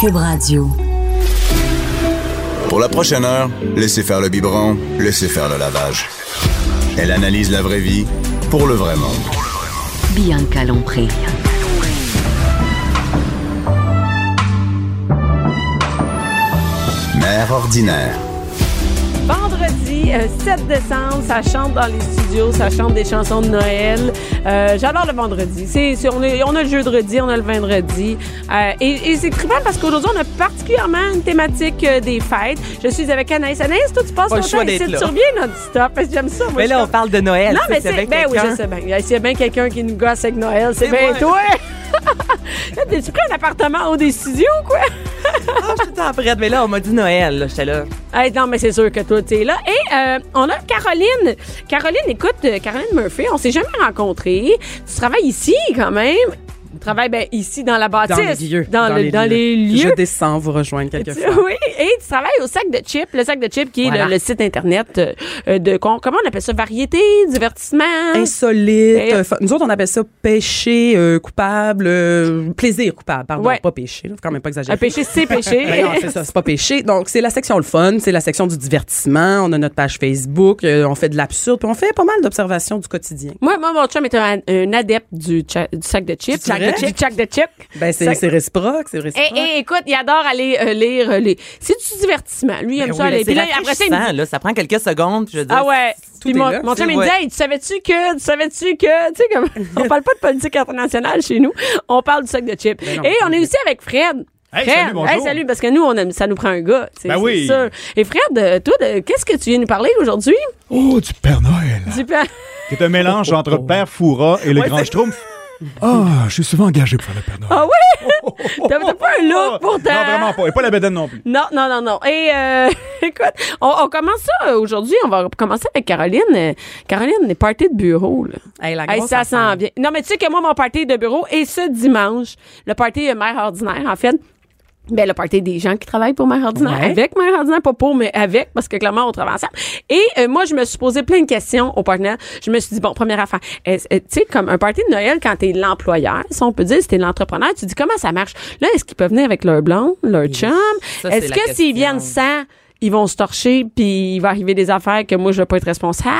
Cube Radio. Pour la prochaine heure, laissez faire le biberon, laissez faire le lavage. Elle analyse la vraie vie pour le vrai monde. Bianca Lompré. Mère ordinaire. Vendredi euh, 7 décembre, ça chante dans les studios, ça chante des chansons de Noël. Euh, J'adore le vendredi. C'est c'est- on, est- on a le jeudi, on a le vendredi. Euh, et et c'est trippant parce qu'aujourd'hui, on a particulièrement une thématique euh, des fêtes. Je suis avec Anaïs. Anaïs, toi, tu passes ton Pas le temps choix d'être ici. là. Tu reviens non-stop parce que j'aime ça. Moi, Mais je là, on suis parle de Noël. comme- Non, si mais c'est c'est... avec Ben oui, quelqu'un. je sais bien. S'il y a bien quelqu'un qui nous gosse avec Noël, c'est C'est bien moi. toi. T'as-tu pris un appartement au des studios ou quoi? Ah, je suis tout le temps prête. Mais là, on m'a dit Noël. là. J'étais là. Hey, non, mais c'est sûr que toi, t'es là. Et euh, on a Caroline. Caroline, écoute, euh, Caroline Murphy, on s'est jamais rencontrés. Tu travailles ici, quand même. Tu travailles ben, ici, dans la bâtisse. dans les lieux. Dans, le- dans les lieux. Je descends vous rejoindre Tu- quelquefois. oui, et tu travailles au sac de chips, le sac de chips qui est le- Voilà. le, site internet euh, euh, de con- comment on appelle ça variété, divertissement. Insolite. Et- euh, fa- Nous autres, on appelle ça péché euh, coupable, euh, plaisir coupable. Pardon, Ouais. pas péché. là, Faut quand même pas exagérer. Un péché, c'est péché. Ben non, c'est ça, c'est pas péché. Donc, c'est la section le fun, c'est la section du divertissement. On a notre page Facebook, euh, on fait de l'absurde, puis on fait pas mal d'observations du quotidien. Moi, moi, mon chum est un, un adepte du, cha- du sac de chips. Du sac de Du chips. sac de chips. Ben, c'est Sac- c'est réciproque, c'est Eh, réciproque. eh, écoute, il adore aller euh, lire euh, les. C'est du divertissement. Lui, il aime Ben ça oui, là, aller. c'est Puis là, après ça, il me dit. rafraîchissant, là. Ça prend quelques secondes. puis je dis, Ah ouais. Puis est mon, là, mon tu sais, chum, il me dit, ouais. hey, tu savais-tu que, tu savais-tu que, tu sais, comme, on parle pas de politique internationale chez nous. On parle du sac de chips. Ben non, Et c'est on est vrai. aussi avec Fred. Hey, Fred, salut, bonjour. Hey, salut, parce que nous, on aime, ça nous prend un gars. tu sais, Ben c'est oui. sûr. Et Fred, euh, toi, de- qu'est-ce que tu viens nous parler aujourd'hui? Oh, du Père Noël! Du pa- Qui est un mélange entre Père Foura et le Grand Schtroumpf. Ah, je suis souvent engagé pour faire le Père Noël. Ah oui! T'as t'as pas un look pour ta. Ah, Non, vraiment pas. Et pas la bédaine non plus. Non, non, non, non. Et euh, écoute, on, on commence ça euh, aujourd'hui. On va commencer avec Caroline. Euh, Caroline, les parties de bureau, là. Hey, la Hey, grosse ça s'en affaire. vient. Non, mais tu sais que moi, mon party de bureau est ce dimanche. Le party euh, mère ordinaire, en fait. Ben, le party des gens qui travaillent pour mère ordinaire. Ouais. Avec mère ordinaire, pas pour, mais avec, parce que clairement, on travaille ensemble. Et euh, moi, je me suis posé plein de questions au partenaire. Je me suis dit, bon, première affaire. est-ce- euh, Tu sais, comme un party de Noël, quand t'es l'employeur, si on peut dire, si t'es l'entrepreneur, tu dis comment ça marche. Là, est-ce qu'ils peuvent venir avec leur blonde, leur chum? ça, c'est Est-ce la que s'ils question. viennent sans, ils vont se torcher puis il va arriver des affaires que moi je vais pas être responsable?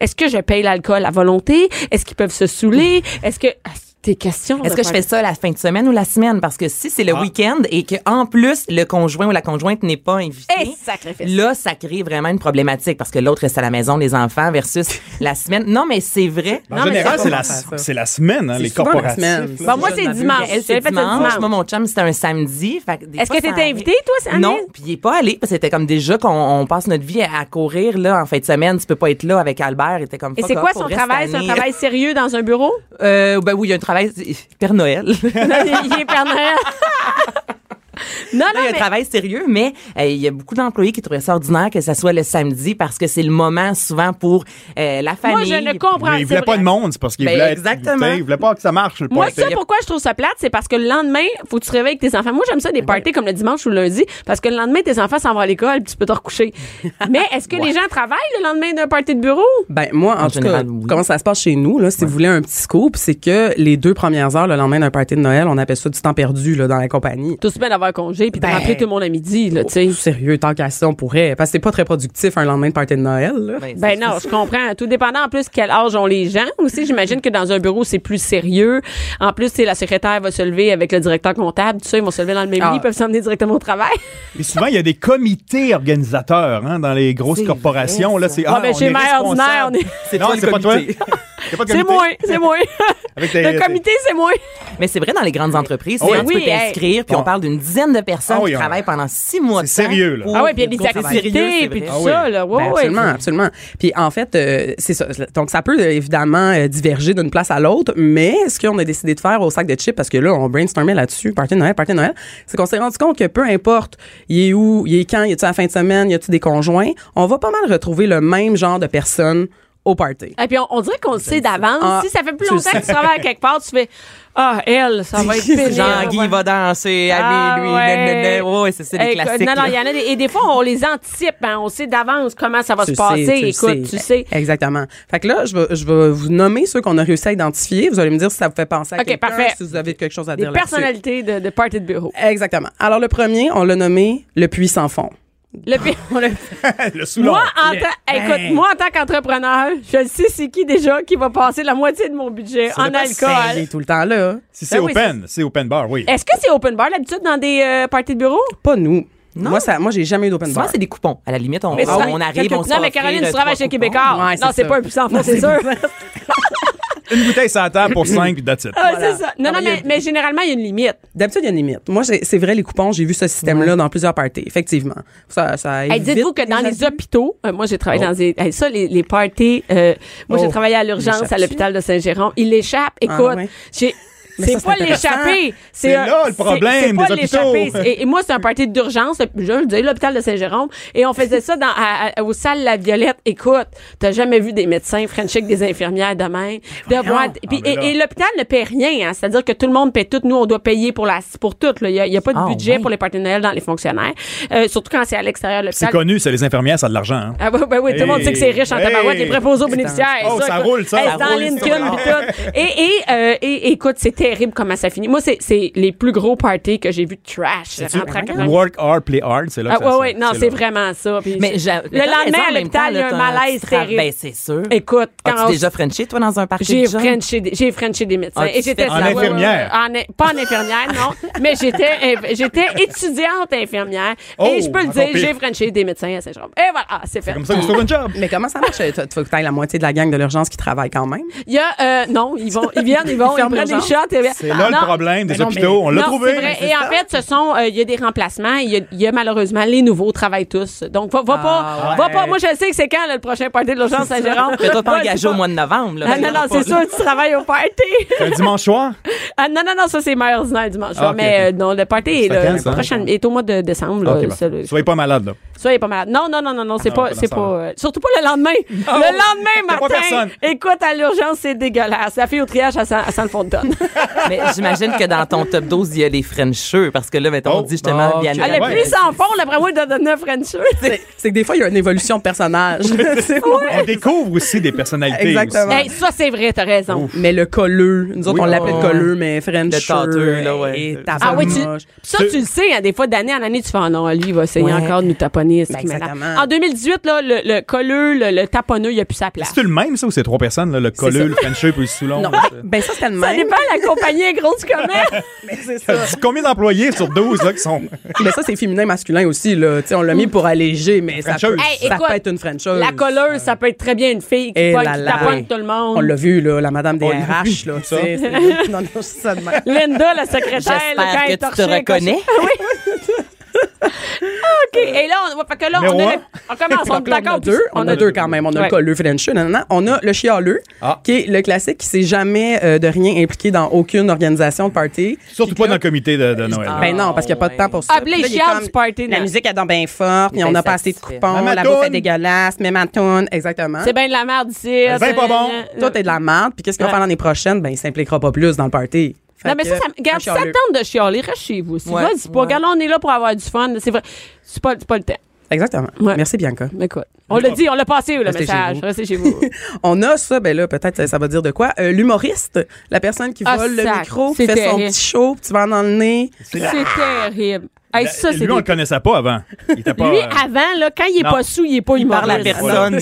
Est-ce que je paye l'alcool à volonté? Est-ce qu'ils peuvent se saouler? Est-ce que Ah, c'est tes questions Est-ce là, que je fais ça la fin de semaine ou la semaine? Parce que si c'est le Ah. week-end et qu'en plus, le conjoint ou la conjointe n'est pas invité, Eh, sacrifice. là, ça crée vraiment une problématique parce que l'autre reste à la maison, les enfants, versus la semaine. Non, mais c'est vrai. En Non, mais général, ça, c'est on la, va faire ça. c'est la semaine, hein, C'est les souvent la corporatifs. semaine. là. Bon, Bah, moi, c'est Madame dimanche. Bulle, Elle, J'ai c'est fait ça dimanche. dimanche. Moi, mon chum, c'était un samedi. Fait que des Est-ce fois, que ça t'étais arrive. invitée, toi, c'est- Non, Annelle? puis il est pas allé. Puis C'était comme déjà qu'on on passe notre vie à, à courir, là, en fin de semaine. Tu peux pas être là avec Albert. Il était comme Et fuck c'est off, quoi pour son vrai, travail? cette C'est un année. travail sérieux dans un bureau? Euh, ben oui, il y a un travail. Père Noël. non, il est Père Noël. non, Là, non, il y a un mais- travail sérieux, mais euh, il y a beaucoup d'employés qui trouvaient ça ordinaire que ça soit le samedi parce que c'est le moment souvent pour euh, la moi, famille. je ne comprends Mais ils c'est voulaient pas vrai. de monde, c'est parce qu'ils Ben, voulaient être exactement. invités, Ils voulaient pas que ça marche, le Moi, party. ça, pourquoi je trouve ça plate, c'est parce que le lendemain, faut que tu te réveilles avec tes enfants. Moi, j'aime ça des Ben, parties comme le dimanche ou le lundi, parce que le lendemain, tes enfants s'en vont à l'école, puis tu peux te recoucher. Mais est-ce que les gens travaillent le lendemain d'un party de bureau? Ben moi, en, En tout général, cas, oui. comment ça se passe chez nous là, si vous voulez un petit scoop, c'est que les deux premières heures le lendemain d'un party de Noël, on appelle ça du temps perdu là dans la compagnie. Tout bien d'avoir congé, puis de Ben- rappeler tout le monde à midi, là, tu sais. Oh, sérieux, tant qu'à ça, on pourrait. Parce que c'est pas très productif un lendemain de party de Noël. là. Ben, Ben non, je comprends. Tout dépendant en plus quel âge ont les gens aussi. J'imagine que dans un bureau, c'est plus sérieux. En plus, tu sais, la secrétaire va se lever avec le directeur comptable. Tout ça, ils vont se lever dans le même Ah. lit. Ils peuvent s'emmener directement au travail. Et souvent, il y a des comités organisateurs hein, dans les grosses C'est corporations. vrai, là, ça. c'est, Ah, ben, on chez est Mère Ordinaire, responsable. on C'est non, toi le c'est pas toi. comité. C'est pas le C'est comité? moi, c'est moi. Avec tes- Le comité, c'est moi. Mais c'est vrai dans les grandes entreprises, Ah oui. là, tu Oui, peux hey. t'inscrire, puis Bon. on parle d'une dizaine de personnes Ah oui, qui on- travaillent pendant six mois. de C'est temps sérieux, là. pour Ah ouais, puis il y a du des gros travail. Sérieux, activités, c'est puis vrai. tout Ah oui. ça, là. Ouais, Oh, Ben, ouais. absolument, absolument. Puis en fait, euh, c'est ça. Donc ça peut euh, évidemment euh, diverger d'une place à l'autre, mais ce qu'on a décidé de faire au sac de chips, parce que là, on brainstormait là-dessus, party de Noël, party de Noël, c'est qu'on s'est rendu compte que peu importe, il est où, il est quand, il est-tu à la fin de semaine, il y a-tu des conjoints, on va pas mal retrouver le même genre de personnes au party. Et puis, on, on dirait qu'on le sait d'avance. Ah, si ça fait plus tu le longtemps que tu sais. travailles à quelque part, tu fais Ah, elle, ça va être pénible. Jean-Guy Ouais. va danser, Ah, Ami, lui, ouais. nan, nan, nan. Ouais, c'est ça, les Écoute, classiques. Non, non, là. il y en a des. Et des fois, on les anticipe. hein. on sait d'avance comment ça va Tu se le passer. sais, tu le Écoute, tu sais. Exactement. Fait que là, je vais, je vais vous nommer ceux qu'on a réussi à identifier. Vous allez me dire si ça vous fait penser à Ok, quelqu'un, parfait. si vous avez quelque chose à Des dire là-dessus. personnalités de, de party de bureau. Exactement. Alors, le premier, on l'a nommé le puits sans fond. Le pire, on le- Le soulon. moi, en tant, ben- écoute, moi, en tant qu'entrepreneur, je le sais c'est qui déjà qui va passer la moitié de mon budget en dépend si c'est alcool. lié tout le temps là. Si c'est Ben oui, Eh. open, c'est open bar, oui. Est-ce que c'est open bar l'habitude dans des euh, parties de bureau? Ah, Pas nous. Non. Moi, ça, moi, j'ai jamais eu d'open Souvent, bar. c'est des coupons. À la limite, on, Mais on- ça- on arrive, on se Non, mais fait Caroline, offrir tu travailles chez trois Québécor. Ouais, c'est non, c'est ça. pas un puissant fond, c'est sûr. Une bouteille sans table pour 5 puis that's it. Ah, c'est ça. Non, non, il y a- mais, mais généralement, il y a une limite. D'habitude, il y a une limite. Moi, j'ai- c'est vrai, les coupons, j'ai vu ce système-là dans plusieurs parties, effectivement. Ça, ça Hey, évite Dites-vous que dans les abus. hôpitaux, euh, moi j'ai travaillé dans des, hey, ça les, les parties, euh, moi j'ai Oh, travaillé à il l'urgence échappe-tu? à l'hôpital de Saint-Jérôme, il échappe. Écoute, ouais. j'ai- Mais ça, c'est c'est pas intéressant. l'échapper, C'est un- là, le c'est- problème c'est pas des hôpitaux. l'échapper. C'est- Et, et moi c'est un party d'urgence, je le dis, l'hôpital de Saint-Jérôme, et on faisait ça dans, à- à- aux salles La Violette. Écoute, t'as jamais vu des médecins French des infirmières demain, de voir, puis- mais et- là. et, l'hôpital ne paie rien, hein. c'est-à-dire que tout le monde paie tout, nous on doit payer pour la pour tout, là. il y a, il y a pas de Ah, budget ouais. pour les partenaires dans les fonctionnaires, Euh, surtout quand c'est à l'extérieur de C'est l'hôpital. connu, c'est les infirmières, ça a de l'argent. hein. Ah oui, ben oui, tout le monde Hey. sait que c'est riche en tabarouette, Hey. les préposés aux bénéficiaires. Oh, ça écoute. roule, ça. Hey, Ça c'est dans roule, Lincoln, ça. puis tout. Et, et, euh, et écoute, c'est terrible comment ça finit. Moi, c'est, c'est les plus gros parties que j'ai vu trash. C'est-tu rentré à 80. Work hard, play hard, c'est là Ah que ça ouais, ouais, non, c'est là. vraiment ça. puis Mais je- j'a- le mais t'as raison, lendemain, en à même l'hôpital, temps, il y a là, un t'as- malaise tu travailles- terrible. Ben, c'est sûr. Écoute, quand As-tu on- déjà frenché, toi, dans un party j'ai de jeunes? frenché, des- j'ai frenché des médecins. Ah, tu et j'étais fais- En ouais, ouais, ouais. infirmière. En in- pas en infirmière, non. mais j'étais, euh, j'étais étudiante infirmière. Oh, et je peux le encore dire, pire. j'ai frenché des médecins à Saint-Jérôme. Et voilà, ah, c'est fait. Comme ça, on se trouve un job. Ah, Mais comment ça marche? Euh, Il faut que t'ailles la moitié de la gang de l'urgence qui travaille quand même. Il y a, euh, non, ils vont, ils viennent, ils vont, ils ferment prennent des l'urgence. shots. et- C'est là Non, le problème des mais non, hôpitaux. On l'a non, trouvé. c'est vrai. Et en fait, ce sont, euh, il y a des remplacements. Il y a, il y a malheureusement les nouveaux travaillent tous. Donc, va, va pas, Ah, va ouais. pas. Moi, je sais que c'est quand là, le prochain party de l'urgence Saint-Jérôme. Mais toi, pas Va- engagé au mois de novembre. Là, Ah, non, non, Pas- c'est sûr, tu travailles au party. Un dimanche soir, Ah, non, non, non, ça, c'est meilleur ordinaire dimanche. Ah, ok, mais ok. euh, non, le party est, Ça le- calme, le ça. prochain- est au mois de décembre. là, Ok, bon. ça, là. soyez pas malade, là. Soyez pas malade. Non, non, non, non, non, c'est non, pas, pas dans c'est ce pas, euh, surtout pas le lendemain. le Y'a lendemain pas matin. personne. Écoute, à l'urgence, c'est dégueulasse. La fille au triage, elle sent elle sent le fond de tonne. Mais j'imagine que dans ton top 12, il y a les Frencheux, parce que là, mettons, Oh, on dit justement, ok. Bianca- Ah, le Ouais. plus sans fond, le moi, il doit donner un Frenchie. C'est c'est que des fois, il y a une évolution de personnage. C'est vrai. On découvre aussi des personnalités. Exactement. aussi. Hey, ça, c'est vrai, t'as raison. Mais le colleux, nous autres, Oui. on l'appelait Oh, le colleux, mais French. Le tâteux, là, ouais. Et Ah oui, tu, tabarnouche. ça, tu le sais, hein, des fois, d'année en année, tu fais, ah non, lui, il va essayer Ouais. encore de nous taponner. ce Ben, qui m'énerve. exactement. En 2018, là, le, le colleux, le, le taponneux, il a plus sa place. C'est-tu le même, ça, ou c'est trois personnes, là, le colleux, le Frenchie puis le soulon? Non, là, ça? ben ça, c'était le Ça même. dépend, la compagnie est grosse comme elle. Mais c'est ça. C'est Combien d'employés sur 12 là, qui sont. mais ça, c'est féminin, masculin aussi, là. Tu sais, on l'a mis pour alléger, mais ça peut, Frencheuse. Hey, ça écoute, peut être une Frencheuse. La colleuse, ça peut être très bien une fille qui, Eh pogne, là qui là. taponne tout le monde. On l'a vu, là, la madame des On l'a vu, RH, là. tu ça. sais, c'est- Non, non, c'est ça de même. Linda, la secrétaire, là, quand J'espère elle que tu te torchait, reconnais. OK. Et là, on, fait que là, Numéro on, a un. le- on commence, on Donc est là, on d'accord. a deux, puis- on a deux quand même. On a Ouais. le colleux French, nanana. On a le chialeux, Ah. qui est le classique qui s'est jamais euh, de rien impliqué dans aucune organisation de party. Surtout Puis pas que dans le comité de, de Noël. Ben non, parce qu'il n'y a pas de temps pour ça. Ah, puis là, Puis là, il il est chiale comme- du party, La non. musique, elle donne bien fort, puis Il est on bien n'a pas assez de satisfait. coupons, Même à la bouffe est toune. dégueulasse, même à toune. Exactement. C'est bien de la merde ici. Ben, pas bon. Toi, t'es de la merde, puis qu'est-ce qu'on va faire l'année prochaine? Ben, il s'impliquera pas plus dans le party. Fait non, mais ça, que, ça, regarde, un ça chialeux. tente de chialer, reste chez vous. Si Ouais, vas dis pas, ouais. regarde, là, on est là pour avoir du fun. C'est vrai. C'est pas, c'est pas le temps. Exactement. Ouais. Merci, Bianca. Écoute. On l'a dit, on l'a passé, le Restez chez message. vous. Restez chez vous. On a ça, ben là, peut-être ça, ça va dire de quoi. Euh, L'humoriste, la personne qui Ah, vole le sac, micro, c'est qui fait son terrible. petit show, puis tu vas en dans le nez. c'est terrible. Hey, ça, c'est Lui, on des- le connaissait pas avant. Il était pas Lui, euh, avant, là, quand il est non. pas sous, il est pas Il parle à humoriste. personne.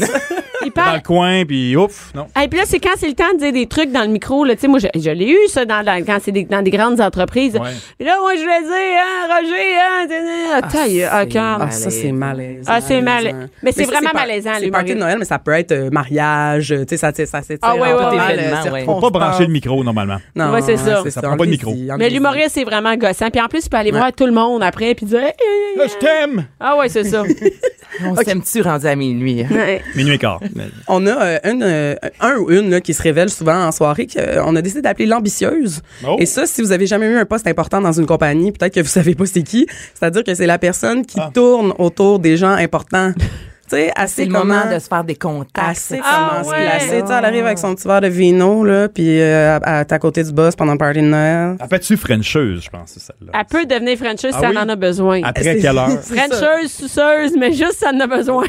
Il dans le parle. coin, puis ouf, non. Et puis là, c'est quand c'est le temps de dire des trucs dans le micro. Là. Tu sais, Moi, je, je l'ai eu, ça, dans, dans- quand c'est des- dans des grandes entreprises. Ouais. Puis là, moi, je voulais dire, hein, Roger, hein, t'es- t'es- ah, taille, ah, calme. Ah, ça, c'est malaisant. Ah, c'est mal- mais c'est ça, vraiment par- malaisant, C'est party l'humoriste. de Noël, mais ça peut être euh, mariage, euh, tu sais, ça, ça, ça s'étire Ah, ouais, en ouais, tout ouais. événement, Événement, ouais. Faut pas brancher le micro, normalement. Non, Ouais, c'est ça. c'est Ça prend pas de micro. enlevez-y, Mais enlevez-y. l'humoriste, c'est vraiment gossant. Puis en plus, tu peux aller voir tout le monde après puis dire, Hey, hey, hey, Là, je t'aime! ah ouais, c'est ça. On s'aime-tu rendu à minuit? Ouais. Minuit et quart. On a euh, une, euh, un ou une là, qui se révèle souvent en soirée qu'on a décidé d'appeler l'ambitieuse. Oh. Et ça, si vous avez jamais eu un poste important dans une compagnie, Ah. peut-être que vous savez pas c'est qui. C'est-à-dire que c'est la personne qui tourne autour des gens importants. Tu sais, sais, assez C'est le comment- moment de se faire des contacts. assez Ah, comment ouais. se placer. Tu sais, elle arrive avec son petit verre de vino, là, puis euh, à, à- à côté du boss pendant le party de Noël. Elle fait-tu Frencheuse, je pense, c'est celle-là? Elle peut devenir Frencheuse si Ah elle oui? en a besoin. Après C'est- quelle heure? c'est ça. Frencheuse, souceuse, mais juste ça en a besoin.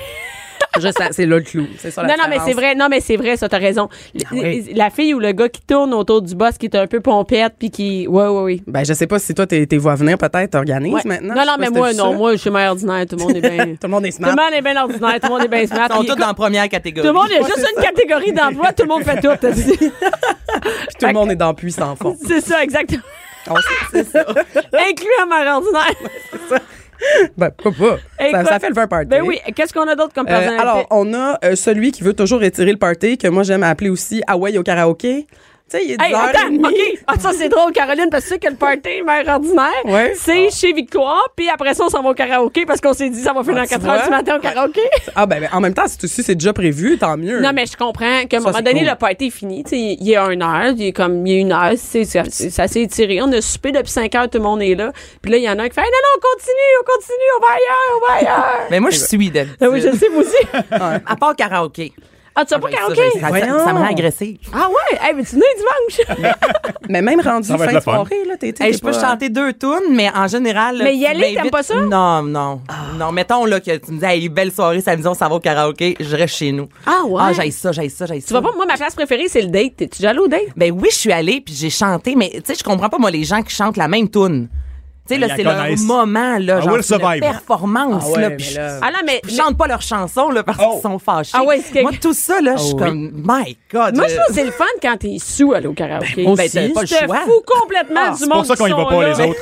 Juste là, c'est là le clou. C'est ça la non, non, mais c'est différence. vrai, non, mais c'est vrai, ça, t'as raison. L- La fille ou le gars qui tourne autour du boss, qui est un peu pompette, puis qui. Ouais, ouais, oui. Ben, je sais pas si toi, tes, tes voix à venir, peut-être, t'organises Ouais. maintenant. non, Je sais non, pas mais si moi, t'as vu non, moi, ça. eh ben, je suis mère ordinaire, tout le monde est bien. Tout le monde est Tout le smart. monde est bien ordinaire, tout le monde est bien smart. Ils sont Puis- tous dans la première Tout catégorie. le monde, il y a juste une catégorie d'emploi, tout le monde fait tout. t'as dit. Puis tout le monde est dans puits sans fond. C'est ça, exactement. On sait- c'est ça. Incluant mère ordinaire. Ben, pas, pas. Ça, Écoute, ça fait le vrai party. Ben oui, qu'est-ce qu'on a d'autre comme Euh, personnalité? alors, on a euh, celui qui veut toujours étirer le party, que moi, j'aime appeler aussi Hawaii au karaoké. Tu sais, il est 10 Hey, heures et attends, demie. OK. Ah, ça, c'est drôle, Caroline, parce que tu sais que le party, mère ordinaire, Ouais. Ah. c'est chez Victoire, puis après ça, on s'en va au karaoké parce qu'on s'est dit, ça va finir Ah, à tu 4 heures du vois? matin au karaoké. Ah, ben, ben, en même temps, si, tu- si c'est déjà prévu, tant mieux. Non, mais je comprends qu'à un Ça, moment c'est donné, cool. le party est fini. Tu sais, il est une heure, il est comme, il est une heure, c'est- ça, ça s'est étiré. On a soupé depuis 5 heures, tout le monde est là. Puis là, il y en a un qui fait, Hey, non, non, on continue, on continue, on va ailleurs, on va ailleurs. Mais moi, je suis de. Ah oui, je le sais, moi aussi. À part karaoké. Ah, tu vas Ah, pas ben, ça, karaoké? je- Ça, ça- Voyons. ça me rend agressive. Ah ouais? Eh, mais tu venais dimanche. Mais même rendu Ça va fin être le de fun. soirée, là, t'es t'es- Hey, t'es je peux pas- chanter deux tunes, mais en général. là, Mais y aller, tu m'invites- t'aimes pas ça? Non, non. Non, mettons là, que tu me dis, hey, belle soirée, samedi, on s'en va au karaoké, je reste chez nous. Ah ouais? Ah, j'aille ça, j'aille ça, j'aille ça. tu vas pas, moi, ma place préférée, c'est le date. T'es-tu jaloux au date? Ben oui, je suis allée puis j'ai chanté, mais tu sais, je comprends pas moi les gens qui chantent la même tune. Tu sais là, Ben, Ils la c'est leur connaissent. moment I là, genre will c'est leur survive. performance Ah ouais, là, mais puis je- là- Ah non, mais. Ils chantent pas leurs chansons là parce Oh. Ah qu'ils sont fâchés. Ah ouais, c'est que- Moi tout ça là, je suis comme my god. Moi, euh, Ben, je trouve que c'est le fun quand t'es sous à l'eau karaoké. Ben, moi aussi. t'as- Pas le tu te choix. fous complètement Ah, du C'est pour monde. ça qu'on y qui va sont pas, là. les autres.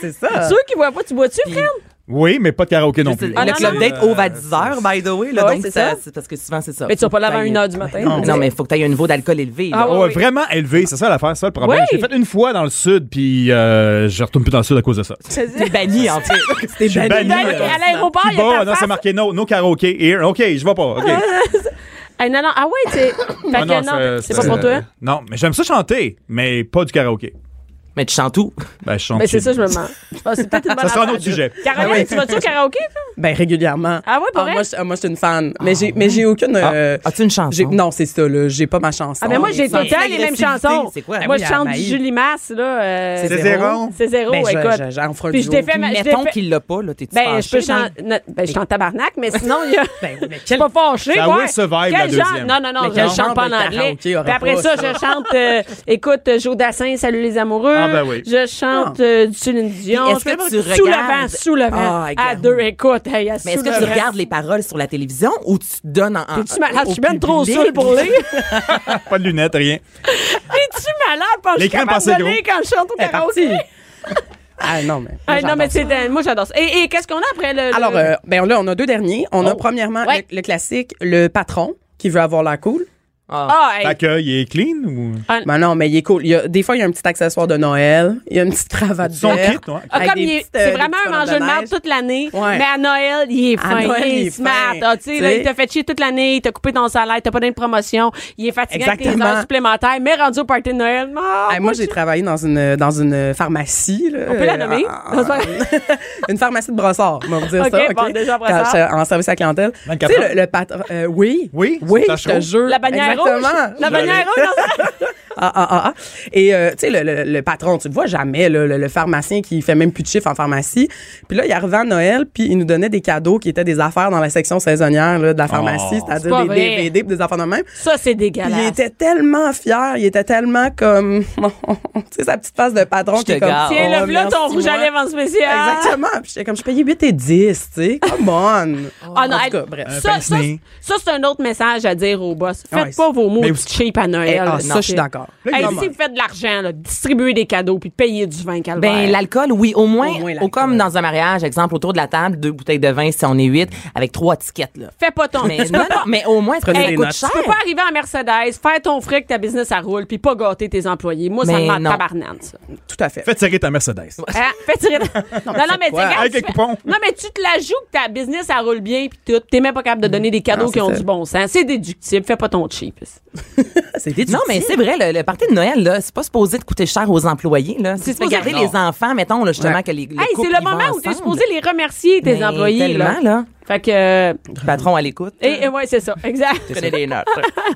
c'est ça. Ceux qui voient pas, tu bois-tu, frère? Oui, mais pas de karaoké non plus. le Ah, non, club non. Euh, date ouvre à 10 heures, by the way. Là, Ouais, donc c'est ça, ça. c'est parce que souvent, c'est ça. Mais Ben, tu vas pas là Faut avant que une t'ailles- heure du matin. Ben, Non, non, mais il faut que tu aies un niveau d'alcool élevé. là. Ah Ah ouais, ouais, oui. vraiment élevé, c'est ça l'affaire, c'est ça le problème. Oui. J'ai fait une fois dans le sud, puis euh, je retourne plus dans le sud à cause de ça. T'es Oh, T'es banni, en fait. T'es suis banni. banni. Ben, à l'aéroport, il y Cuba, a non, ta c'est face. marqué no, no karaoké here. OK, je vais pas. OK. Ah, non, non, ah ouais, tu sais. Fait Ah que non, c'est pas pour toi. Non, mais j'aime ça chanter, mais pas du karaoké. Mais tu chantes où? Ben, je chante. Mais c'est ça, je me demande. Je pense que c'est peut-être une bonne Ça sera un affaire. autre sujet. Caroline, tu vas-tu au karaoké? toi? Ben, régulièrement. Ah ouais, pour Ah, vrai? moi, je, ah, moi, je suis une fan. Mais j'ai, mais j'ai aucune. Ah, euh, Ah, As-tu une chanson? j'ai- non, c'est ça, là. J'ai pas ma chanson. Ah, mais moi, j'ai tout ça, le temps les mêmes l'agressivité, chansons. c'est quoi? Moi, Oui, je à chante du Maï. Julie Masse, là. euh, C'est C'est zéro. C'est zéro, Ben, je- écoute. je- j'en ferai un Puis je duo. défais ma. je Mettons défais- qu'il l'a pas, là. T'es-tu Ben, je peux fâché, genre? chanter. Ben, je chante tabarnak, mais sinon, il y a. Ben oui, mais Je suis quel- pas fâchée, Ça ouais. will survive, Quel la genre- deuxième. Non, non, non, Mais je quel chante genre pas en de anglais. karaoké Puis aura après pas ça, ça? je chante, euh, écoute, euh, Joe Dassin, Salut les amoureux. Ah, ben oui. Je chante Ah. euh, du Céline Dion. Puis est-ce que tu Sous le regardes- vent, sous le vent. Ah, regarde. à deux, écoute. hey, à Mais est-ce sous que le tu vent. regardes les paroles sur la télévision ou tu donnes en. en- T'es-tu malade? au Je suis même trop public? saoule pour lire. Pas de lunettes, rien. T'es-tu malade? Parce que je suis L'écran capable passait de lire quand je chante au Elle est karaoké. partie. ah, non, mais. moi, Ah, j'adore Non, mais ça. c'est... euh, Moi, j'adore ça. Et et qu'est-ce qu'on a après le... le- Alors, euh, ben là, on a deux derniers. On a premièrement Oh. Ouais. le, le classique, le patron qui veut avoir la cool. Ah, hey. L'accueil est clean ou. Ben non, mais il est cool. Il y a- des fois, il y a un petit accessoire de Noël. Il y a une petite cravate Son verte. kit, ouais. Ah, Avec comme des il est- petites, euh, c'est des vraiment petites un colonnes enjeu de de marde neige. toute l'année, Ouais. mais à Noël, il est À fin, Noël, il est il est smart. fin. Ah, tu sais, là, Tu sais. il t'a fait chier toute l'année, il t'a coupé ton salaire, t'as pas d'impromotion, il est fatigué avec tes Exactement. heures supplémentaires, mais rendu au party de Noël, oh, non, Ah, moi, j'ai travaillé dans une, dans une pharmacie. là. On peut la Euh, nommer? en- en- une pharmacie de brossard, on va dire Ok, ça. bon, déjà Quand brossard. j'étais en service à la clientèle. Tu 24 sais, le, le patron. euh, oui. Oui, Oui, c'est je te Tachereau. jure. la bannière Exactement. rouge, la bannière rouge, dans sa- Ah, ah, ah, ah. Et, euh, tu sais, le, le- le patron, tu le vois jamais, là, le, le pharmacien qui fait même plus de chiffres en pharmacie. Puis là, il arrivait à Noël, puis il nous donnait des cadeaux qui étaient des affaires dans la section saisonnière là, de la pharmacie, Oh. C'est c'est-à-dire pas des vrai. DVD puis des affaires de même. ça c'est Puis il dégueulasse. était tellement fier, il était tellement comme... tu sais, sa petite face de patron Je qui te est comme... garde. Tiens, Oh, le là ton merci, rouge à moi. lèvres en spécial. Exactement. Puis j'étais comme, je payais 8 et 10, tu sais. Come on. Ah non, en tout elle- cas, Euh, bref. ça, ça, pince-nez. ça, c'est un autre message à dire au boss. Faites Ouais, pas vos mots mais de cheap à Eh, Noël. ah, là, ça, je suis c'est- d'accord. Hey, Là, il- si vous faites de l'argent, là, distribuez des cadeaux puis payez du vin calvaire. Ben, l'alcool, oui, au moins, Au moins ou l'alcool. comme dans un mariage, exemple, autour de la table, deux bouteilles de vin si on est huit, avec trois tickets, là. Fais pas ton... Mais, non, non, mais au moins, Prenez ça des coûte notes. cher. Eh, Tu peux pas arriver en Mercedes, faire ton fric, ta business, ça roule, puis pas gâter tes employés. Moi, ça Mais me rend non. tabarnane, ça. Tout à fait. Faites serrer ta Mercedes. Hein? Fais tirer. non, non, mais tu quoi? regardes, Avec tu un coupon. Non, mais tu te la joues que ta business, ça roule bien, puis tout. T'es même pas capable de donner des cadeaux Non, qui c'est ont ça. du bon sens. C'est déductible. Fais pas ton cheap. C'est Non, mais c'est vrai, le, le party de Noël, là, c'est pas supposé de coûter cher aux employés, là. C'est supposé- supposé garder les enfants, mettons, là, justement, que les, les Hey, c'est couples, le ils vont moment où t'es ensemble. supposé les remercier, tes Mais employés. tellement, Là. là. Fait que. euh, Le patron à l'écoute. et, et ouais, c'est ça. Exact. Prenez des notes.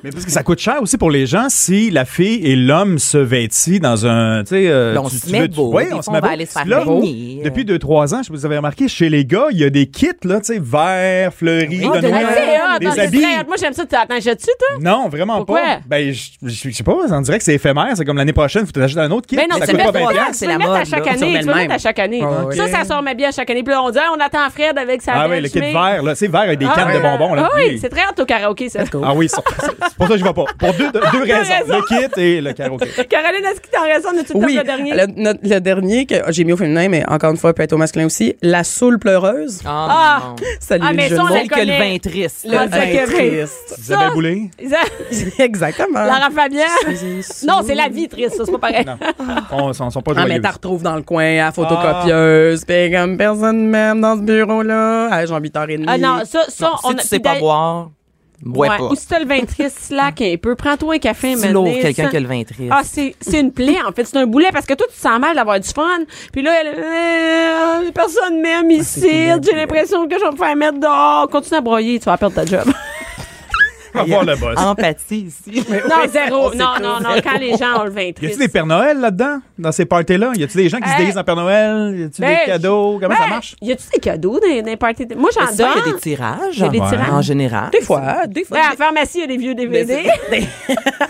Mais parce que ça coûte cher aussi pour les gens si la fille et l'homme se vêtissent dans un. Tu sais, euh, Là, on tu- se tu met veux- beau. Ouais, Des on fois, se on met va beau. aller se faire Là, peigner. Depuis 2-3 ans, je sais pas si vous avez remarqué, chez les gars, il y a des kits, là, tu sais, verts, fleuris, Oui, de de Ah, Noël, Noël. c'est hot, des hein, c'est habits. très hot. Moi, j'aime ça. T'attends, tu toi? Non, vraiment Pourquoi? pas. Ben, je, je- je sais pas, on dirait que c'est éphémère. C'est comme l'année prochaine, faut t'acheter un autre kit. Ben non, ça tu c'est coûte mets pas vrai, 20 trois piastres. ans. Tu c'est peux la mettre à mode, chaque là. année. Tu remets Tu le peux mettre à même. chaque année. Ah, ok. Ça, ça sort mais bien à chaque année. Puis là, on dit, ah, on attend Fred avec sa Ah oui, belle le kit chemise. vert, là. C'est vert avec des Ah, cannes de ouais. bonbons, là. Ah oui, c'est très hot au karaoké, ça. Ah oui, ça- c'est pour ça que je vais pas. Pour deux, deux raisons. raisons. Le kit et le karaoké. Caroline, est-ce qu'il t'en reste un? As-tu le temps Oui, pour le dernier? le, notre- le dernier que j'ai mis au féminin, mais encore une fois, peut être au masculin aussi, la soule pleureuse. Ah! Ah, Salut Ah, les mais ça, jeunes on mots. la Tel que le connaît. vin triste. Le Le vin vin triste. Isabelle Boulay, Exactement. Lara Fabian? suis sous- Non, c'est la vie triste, ça, c'est pas pareil. on s'en sont pas Ah, mais joyeux. t'as retrouves dans le coin, à la Ah. photocopieuse, pis comme personne même dans ce bureau-là, à genre 8h30. Ah non, ça, ça on Si a- tu sais puis pas d'ailleurs- boire, bois Ouais. pas. Ou si t'as le vin triste, slack un peu. Prends-toi un café, Si maintenant. l'autre, quelqu'un Ça- qui a le vin triste. Ah, c'est c'est une plaie, en fait. C'est un boulet parce que toi, tu te sens mal d'avoir du fun. Puis là, elle, euh, personne m'aime ici. J'ai l'impression que je vais me faire mettre dehors. Continue à broyer, tu vas perdre ta job. On va voir le boss. Empathie ici. non, zéro. Non, non, non. Quand les gens ont le vin Y a-tu triste. des Pères Noël là-dedans, dans ces parties-là? Y a-tu des gens qui se Hey. déguisent en Père Noël? Y a-tu Ben, des cadeaux? Comment ça ben, marche? Y a-tu des cadeaux dans, dans les parties? de- Moi, j'en Ça, il y a donne. des tirages. Il y a des Ouais. tirages. En général. Des fois, des fois. Ben, à la pharmacie, il y a des vieux DVD.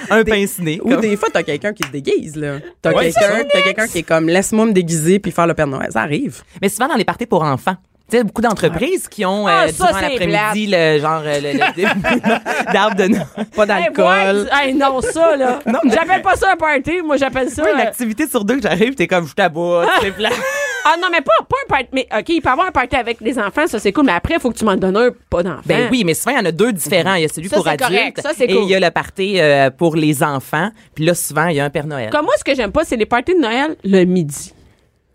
Un pince-nez. Ou comme- des fois, t'as quelqu'un qui se déguise, là. T'as Ouais, c'est quelqu'un t'as quelqu'un qui est comme, laisse-moi me déguiser puis faire le Père Noël. Ça arrive. Mais souvent dans les parties pour enfants. Tu sais, beaucoup d'entreprises qui ont, euh, Ah, ça, durant c'est l'après-midi, le genre, euh, le, le début d'arbre de Noël. Pas Hey, d'alcool. ouais, hey, non, ça, là. J'appelle pas ça un party. Moi, j'appelle ça. Pas une euh, activité sur deux que j'arrive, t'es comme, je t'aboute, c'est plat. Ah non, mais pas, pas un party. Mais OK, il peut y avoir un party avec des enfants, ça c'est cool, mais après, il faut que tu m'en donnes un, pas d'enfants. Ben oui, mais souvent, il y en a deux différents. Il y a celui Ça, pour c'est adultes correct. Ça, c'est et cool. il y a le party euh, pour les enfants. Puis là, souvent, il y a un Père Noël. Comme moi, ce que j'aime pas, c'est les parties de Noël le midi.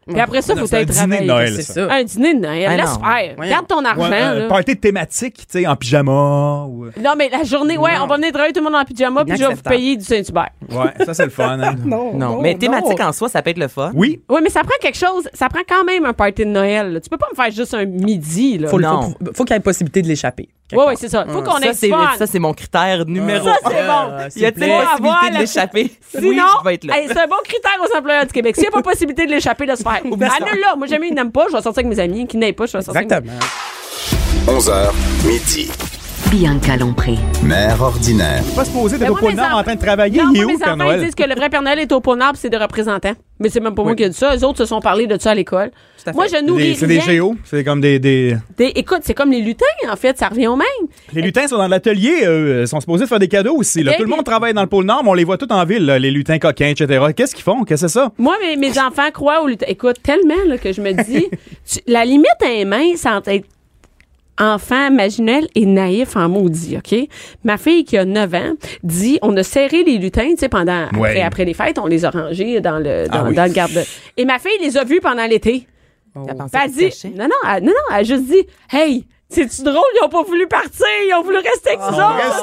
Puis après ça, faut c'est un être dîner de travailler. Noël, C'est ça. ça. Un dîner de Noël. Ah, Laisse non. faire. Voyons. Garde ton argent. Ouais, un là. party thématique, tu sais, en pyjama. Ou... euh, Non, mais la journée, ouais, on va venir travailler tout le monde en pyjama, puis je vais vous Inacceptable. payer du Saint-Hubert. Ouais, ça, c'est le fun. hein. Ah, Oh, non, mais thématique en soi, ça peut être le fun. Oui, Oui, mais ça prend quelque chose. Ça prend quand même un party de Noël. là. Tu peux pas me faire juste un midi. Là. Faut, le- Non. faut, faut qu'il y ait possibilité de l'échapper. Oui, oui, c'est ça. Faut qu'on ait Ah, Ça, du c'est, fun. ça, c'est mon critère numéro Ça, un. c'est bon. Y plaît. a-t-il possibilité Avoir de la- l'échapper? oui, Sinon, je vais être là. hey, c'est un bon critère aux employeurs du Québec. S'il n'y a pas possibilité de l'échapper, de se faire. Annule-la. Moi, jamais ils n'aiment pas. Je vais sortir avec mes amis. Qui n'aiment pas, je vais sortir avec mes- Exactement. 11h, midi. Bianca Lompré. Mère ordinaire. pas se poser d'être Ben, au moi, pôle mes Nord enfants- en train de travailler. Non, Il est moi, où, mes Père enfants, ils Noël? disent que le vrai Père Noël est au Pôle Nord, puis c'est des représentants. Mais c'est même pas moi qui ai dit ça. Eux autres se sont parlé de ça à l'école. Moi, je nourris Des- C'est des rien. géos. C'est comme des, des- Des- écoute, c'est comme les lutins, en fait. Ça revient au même. Les lutins sont dans l'atelier. eux, Ils sont supposés de faire des cadeaux aussi. Là. Ben, Tout le puis- monde travaille dans le pôle Nord, mais on les voit tous en ville, là, les lutins coquins, etc. Qu'est-ce qu'ils font? Qu'est-ce que c'est ça? Moi, mes, mes enfants croient aux lutins. Écoute, tellement là, que je me dis, tu- la limite à mince entre être enfant imaginel et naïf en maudit, OK? Ma fille qui a 9 ans dit, on a serré les lutins, tu sais, pendant, après, Ouais. après les fêtes, on les a rangés dans le, dans, Ah oui. dans le garde Et ma fille les a vus pendant l'été. T'as pensé Puis que elle dit, c'était non, non, elle, non, non, elle a juste dit, hey, c'est-tu drôle? Ils ont pas voulu partir, ils ont voulu rester avec nous autres, ils se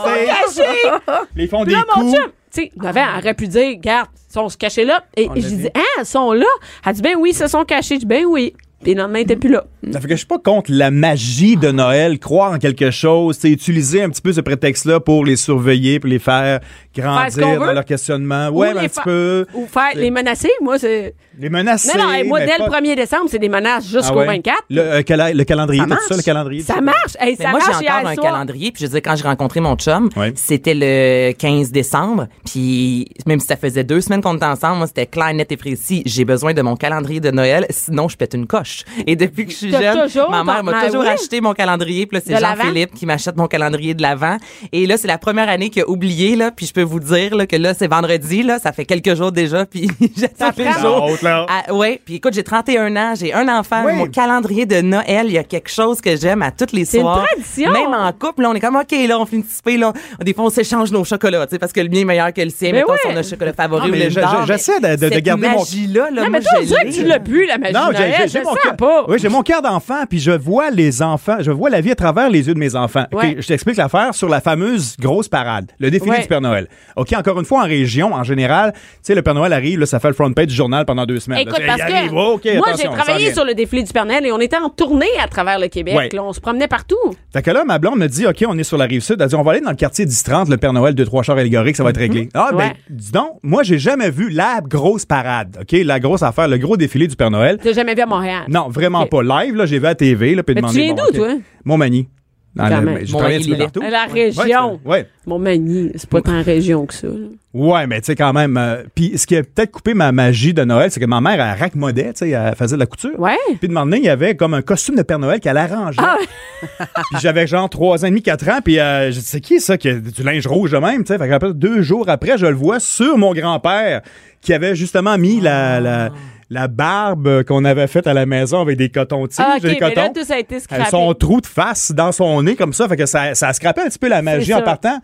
sont cachés. Ils font Puis des là, mon coups. chum, tu sais, Navin elle aurait pu dire, garde, ils sont se cachés là. Et On et l'a je vu. dis, ah, ils sont là. Elle dit, ben oui, ils se sont cachés. Je dis, ben oui. Puis le lendemain, ils étaient plus là. Ça fait que je suis pas contre la magie de Noël, croire en quelque chose, c'est utiliser un petit peu ce prétexte-là pour les surveiller, pour les faire Faire ce qu'on grandir veut. dans leur questionnement. Ouais, Ou ben, les un petit fa- peu. Ou faire les menacer, moi, c'est. Les menacer. Non, non, hey, moi, mais dès pas- le 1er décembre, c'est des menaces Ah jusqu'au ouais. 24. Le, euh, cala- le calendrier, Ça t'as-tu ça, marche. le calendrier. Ça marche. Hey, Mais ça Ben, moi, j'ai marche hier encore un soir. calendrier. Puis je veux dire, quand j'ai rencontré mon chum, Ouais. c'était le 15 décembre. Puis même si ça faisait deux semaines qu'on était ensemble, moi, c'était clair, net et précis. J'ai besoin de mon calendrier de Noël, sinon je pète une coche. Et depuis que je suis T'as jeune, toujours ma mère ton- m'a Ah toujours oui? acheté mon calendrier. Puis là, c'est De l'Avent? Jean-Philippe qui m'achète mon calendrier de l'avant. Et là, c'est la première année qu'il a oublié. Là, puis je peux vous dire là, que là, c'est vendredi. Là, ça fait quelques jours déjà. Puis j'attends les prend. jours. L'autre, là. Ah, ouais. Puis écoute, j'ai 31 ans, j'ai un enfant. Oui. Mon calendrier de Noël, il y a quelque chose que j'aime à toutes les C'est une soirs. tradition. Même en couple, là, on est comme, OK, là, on finit de souper, là. Des fois, on s'échange nos chocolats, tu sais, parce que le mien est meilleur que le sien. Mais Mettons, ouais. si on a un chocolat favori Ah, ou mais le je- dard, je- j'essaie de- de- de cette garder mon- magie-là, là, Non, moi, mais toi, on je dirait l'ai. que tu l'as bu, la magie. Non, de Noël. j'ai- j'ai Je j'ai le mon sens ca- pas. Oui, j'ai mon mère d'enfant, puis je vois les enfants, je vois la vie à travers les yeux de mes enfants. OK, Ouais. je t'explique l'affaire sur la fameuse grosse parade, le défilé Ouais. du Père Noël. OK, encore une fois, en région, en général, tu sais, le Père Noël arrive, là, ça fait le front page du journal pendant deux semaines. Écoute, Là, parce il arrive, que OK, moi, j'ai attention, ça travaillé vient. sur le défilé du Père Noël et on était en tournée à travers le Québec. Ouais. là. on se promenait partout. Fait que là, ma blonde me dit, OK, on est sur la rive sud. Elle dit, on va aller dans le quartier 10-30, le Père Noël, deux, trois chars allégoriques, ça va être réglé. Ah, ben, Mm-hmm. Ouais. dis donc, moi, j'ai jamais vu la grosse parade, OK, la grosse affaire, le gros défilé du Père Noël. T'as jamais vu à Montréal. Non, vraiment Ok. pas. Live, là, j'ai vu à la TV, là, puis Mais tu demandé, viens bon, d'où, OK. toi? Montmagny. Dans Quand le- ben, même. je travaille un petit peu Montmagny, partout. La Ouais, région. c'est- ouais. Montmagny, c'est pas tant région que ça. là. Ouais, mais tu sais, quand même. euh, Puis ce qui a peut-être coupé ma magie de Noël, c'est que ma mère, elle racmodait, tu sais, elle faisait de la couture. Ouais. Ah. Puis de moment donné, il y avait comme un costume de Père Noël qu'elle arrangeait. puis j'avais genre 3 ans et demi, 4 ans, puis euh, je dis, c'est qui ça qui a du linge rouge de même, tu sais. Fait que après, deux jours après, je le vois sur mon grand-père qui avait justement mis la, Ah. la, la barbe qu'on avait faite à la maison avec des cotons-tiges, Ah, OK, des mais cotons. là, tout ça a été Euh, scrappé. son trou de face dans son nez comme ça, fait que ça, ça a scrappé un petit peu la magie C'est en ça. partant.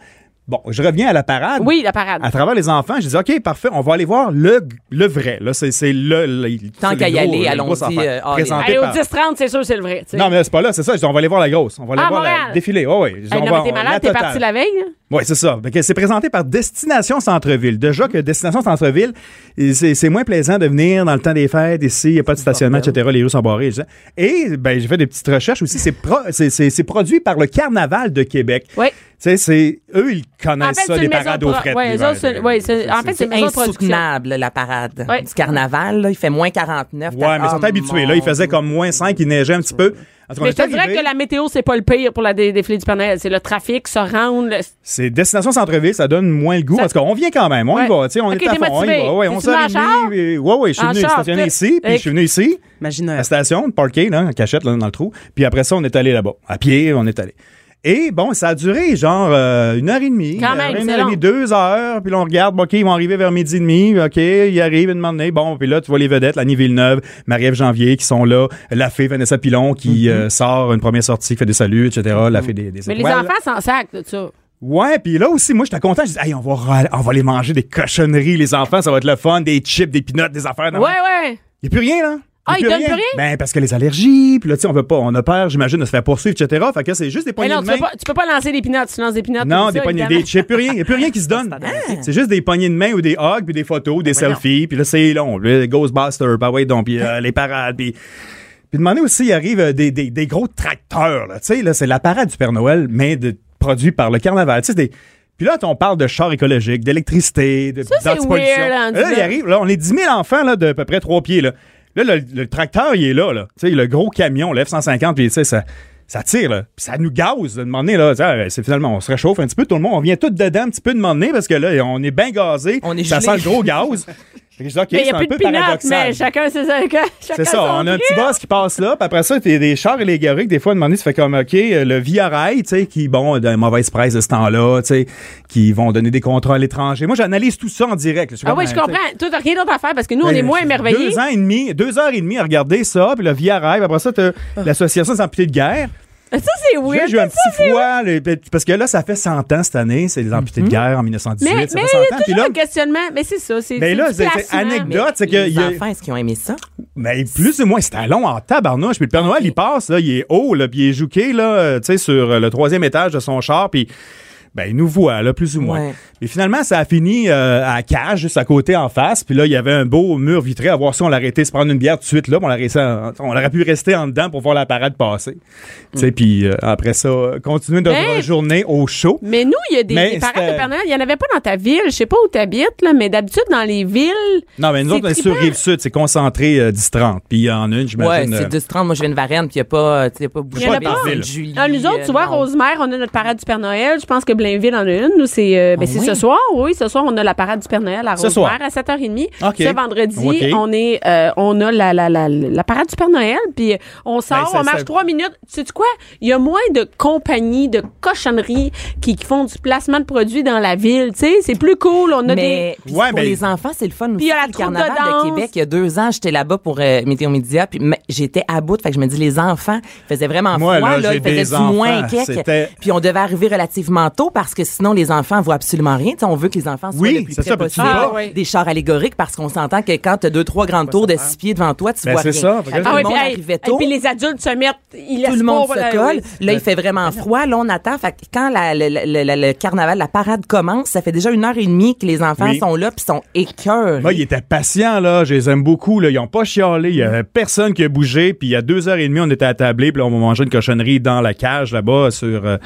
Bon, je reviens à la parade. Oui, la parade. À travers les enfants, je dis OK, parfait, on va aller voir le, le vrai. Là, c'est, c'est le, le- Tant le qu'à y gros- aller, le allons-y, gros enfant. euh, all in. Présenté Allez, au par- 10-30, c'est sûr, c'est le vrai. tu sais. Non, mais c'est pas là, c'est ça. Je dis, on va aller voir la grosse. On va aller Ah, voir la Montréal. défilé. Oh, oui. Je dis, Hey, on non, va- mais t'es on- malade, t'es totale. parti la veille? hein? là? Oui, c'est ça. Fait que c'est présenté par Destination Centre-Ville. Déjà que Destination Centre-Ville, et c'est c'est moins plaisant de venir dans le temps des fêtes ici, il n'y a pas de stationnement, etc. Les rues sont barrées. je sais. Et ben, j'ai fait des petites recherches aussi. C'est pro- c'est- c'est- c'est produit par le Carnaval de Québec. Oui. Tu sais, c'est eux, ils En connaissent fait, ça, c'est les une maison parades pro- aux frettes. ouais, eux l'hiver. autres, c'est- ouais, c'est- en fait, c'est une maison de production. insoutenable, la parade Ouais. du carnaval. là. il fait moins 49. Ouais, mais ils sont habitués. Là, ils faisaient comme moins 5, ils neigeaient un petit peu. En tout cas, on Ah, Mais est je te dirais arrivé. que la météo, c'est pas le pire pour la dé- défilé du Père Noël. C'est le trafic, se rendre. le- C'est destination centre-ville, ça donne moins le goût. Ça- Parce qu'on vient quand même, on y Ouais. va, tu sais, on Ok, est à t'es fond, on y motivé. va. Ouais, T'es-tu on venu en char? et- ouais, ouais, je suis En venu char, stationné tout. ici, puis je suis venu ici, Imagine à la station, parking, là, en cachette, là, dans le trou. Puis après ça, on est allé là-bas. À pied, on est allé. Et bon, ça a duré genre euh, une heure et demie, Quand une heure, même, une c'est heure et demie, long. deux heures, puis là, on regarde, bon, OK, ils vont arriver vers midi et demi, OK, ils arrivent une moment donné, bon, puis là, tu vois les vedettes, Lanny Villeneuve, Marie-Ève Janvier qui sont là, la fée Vanessa Pilon qui euh, sort une première sortie, qui fait des saluts, etc., la fée des, des Mm-hmm. Mais les étoiles. enfants s'en sacent de ça. Ouais, puis là aussi, moi, j'étais content. Je dis, hey, on va, ra- on va aller manger des cochonneries, les enfants, ça va être le fun, des chips, des peanuts, des affaires. Ouais, ouais. Il n'y a plus rien, là. Ah, Y a ils donnent plus rien? Ben, parce que les allergies, puis là, tu sais, on veut pas, on a peur, j'imagine, de se faire poursuivre, etc. Fait que là, c'est juste des Mais poignées non, de tu main. peux, pas, tu peux pas lancer des pinottes. Tu lances des pinottes. Non, comme des ça, poignées, évidemment. des chips, plus rien. Il n'y a plus rien qui se donne. C'est juste des poignées de main ou des hugs, puis des photos, Ben des selfies, puis là, c'est long. Le Ghostbuster, bah ouais, donc, puis euh, les parades, puis. Puis demander aussi, il arrive euh, des, des, des gros tracteurs, là. Tu sais, là, c'est la parade du Père Noël, mais de, produit par le carnaval. Tu sais, des. Puis là, on parle de chars écologiques, d'électricité, de Ça, c'est d'antipollution. weird, hein, Là, il dis-le. arrive, là, on est 10 000 enfants, là, de à peu près 3 pieds, là. Là, le, le tracteur, il est là, là. Tu sais, le gros camion, le F-150, puis tu sais, ça, ça tire, là. Puis ça nous gaze, de demander, là. Tu sais, C'est finalement, on se réchauffe un petit peu, tout le monde, on vient tout dedans un petit peu demander, parce que là, on est bien gazé. On est Ça gelé. sent le gros gaz. Fait que je dis, OK, Mais il y c'est a un plus de peu pinottes, paradoxal. mais chacun ses chacun C'est ça, on a un petit boss qui passe là, puis après ça, t'es des chars élégoriques, des fois, à un moment donné, tu fais comme, OK, euh, le Via Rail, tu sais, qui, bon, d'une mauvaise presse de ce temps-là, tu sais, qui vont donner des contrats à l'étranger. Moi, j'analyse tout ça en direct. là. suis Ah comme, oui, je euh, comprends. Toi, t'as rien d'autre à faire parce que nous, on mais est moins c'est émerveillés. Ben, Deux ans et demi, deux heures et demie à regarder ça, puis le Via Rail, puis après ça, t'as Ah. l'association des amputés de guerre. Ça, c'est Puis là, weird. J'ai eu un Ça, c'est petit froid, le- parce que là, ça fait 100 ans cette année, c'est les amputés de guerre en 1918, Mhm. Mais, ça mais il y fait 100 a ans. Puis toujours là, un questionnement. Mais c'est ça. C'est mais c'est là, du c'est c'est placement. anecdote, c'est que... Les il y a- enfants, est-ce qu'ils ont aimé ça? mais plus ou moins, c'était long en tabarnouche. Puis le Père Noël, il passe, là, il est haut, là, puis il est jouqué, là, euh, tu sais, sur euh, le troisième étage de son char, puis ben, il nous voit, là, plus ou moins. Ouais. Et finalement, ça a fini euh, à cage, juste à côté, en face. Puis là, il y avait un beau mur vitré à voir si on l'arrêtait, se prendre une bière tout de suite, là. puis On, l'arrêtait en- on aurait pu rester en dedans pour voir la parade passer. Tu Mm. sais, puis euh, après ça, euh, continuer notre Mais- journée au show. Mais nous, il y a des, Mais des parades c'était- de Père Noël. Il n'y en avait pas dans ta ville. Je sais pas où tu habites, là, mais d'habitude, dans les villes. Non, mais nous c'est autres, on est sur trippant. Rive-Sud, c'est concentré euh, 10-30. Puis il y en a une, Ouais, j'imagine. c'est euh, 10-30. Moi, je viens de Varennes, puis il n'y a pas, tu sais, y a pas beaucoup Y en a de pas. Sainte Ville. Julie. Ah, nous autres, tu euh, vois, non. Rosemère, on a notre parade du Père Noël. Je pense que Blainville en a une. Nous, c'est euh, ben, Ah c'est oui? ce soir, oui. Ce soir, on a la parade du Père Noël à Ce soir. Rosemère à 7h30. OK. Ce vendredi, OK. on est euh, on a la, la, la, la parade du Père Noël. Puis euh, on Ben, sort, ça- on marche ça- trois minutes. Tu sais quoi? Il y a moins de compagnies, de cochonneries qui, qui font du placement de produits dans la ville. Tu sais, c'est plus cool. On a des... Mais puis Ouais, pour ben- les enfants, c'est le fun aussi. il y a la le troupe de carnaval de, danse. Québec, il y a deux ans, j'étais là-bas pour euh, Météo Média, puis mais j'étais à bout. Fait que je me dis, les enfants, il faisait vraiment Moi, froid, là, là, j'ai il faisait des du moins enfants, quelques. c'était- Puis on devait arriver relativement tôt, parce que sinon les enfants voient absolument rien. Tu sais, on veut que les enfants soient Oui, le plus c'est près ça, parce que tu possible vois. Ah, oui. des chars allégoriques parce qu'on s'entend que quand tu as deux trois grands tours de six pieds devant toi, tu Ben, vois c'est rien. ça. Fait que là, Tout oui, le monde Ah puis, hey, arrivait hey, tôt. puis les adultes se mettent, ils laissent Tout le monde pas, se Oh, voilà, colle. oui. Là, il fait vraiment froid. Là, on attend. Fait que quand la- le, le- le- le carnaval, la parade commence, ça fait déjà une heure et demie que les enfants Oui. sont là puis sont écœurés. Moi, ils étaient patients, là. Je les aime beaucoup, là. Ils ont pas chialé. Il y Mm. avait personne qui a bougé. Puis, il y a deux heures et demie, on était attablés. Puis, là, on m'a mangé une cochonnerie dans la cage, là-bas, sur. euh,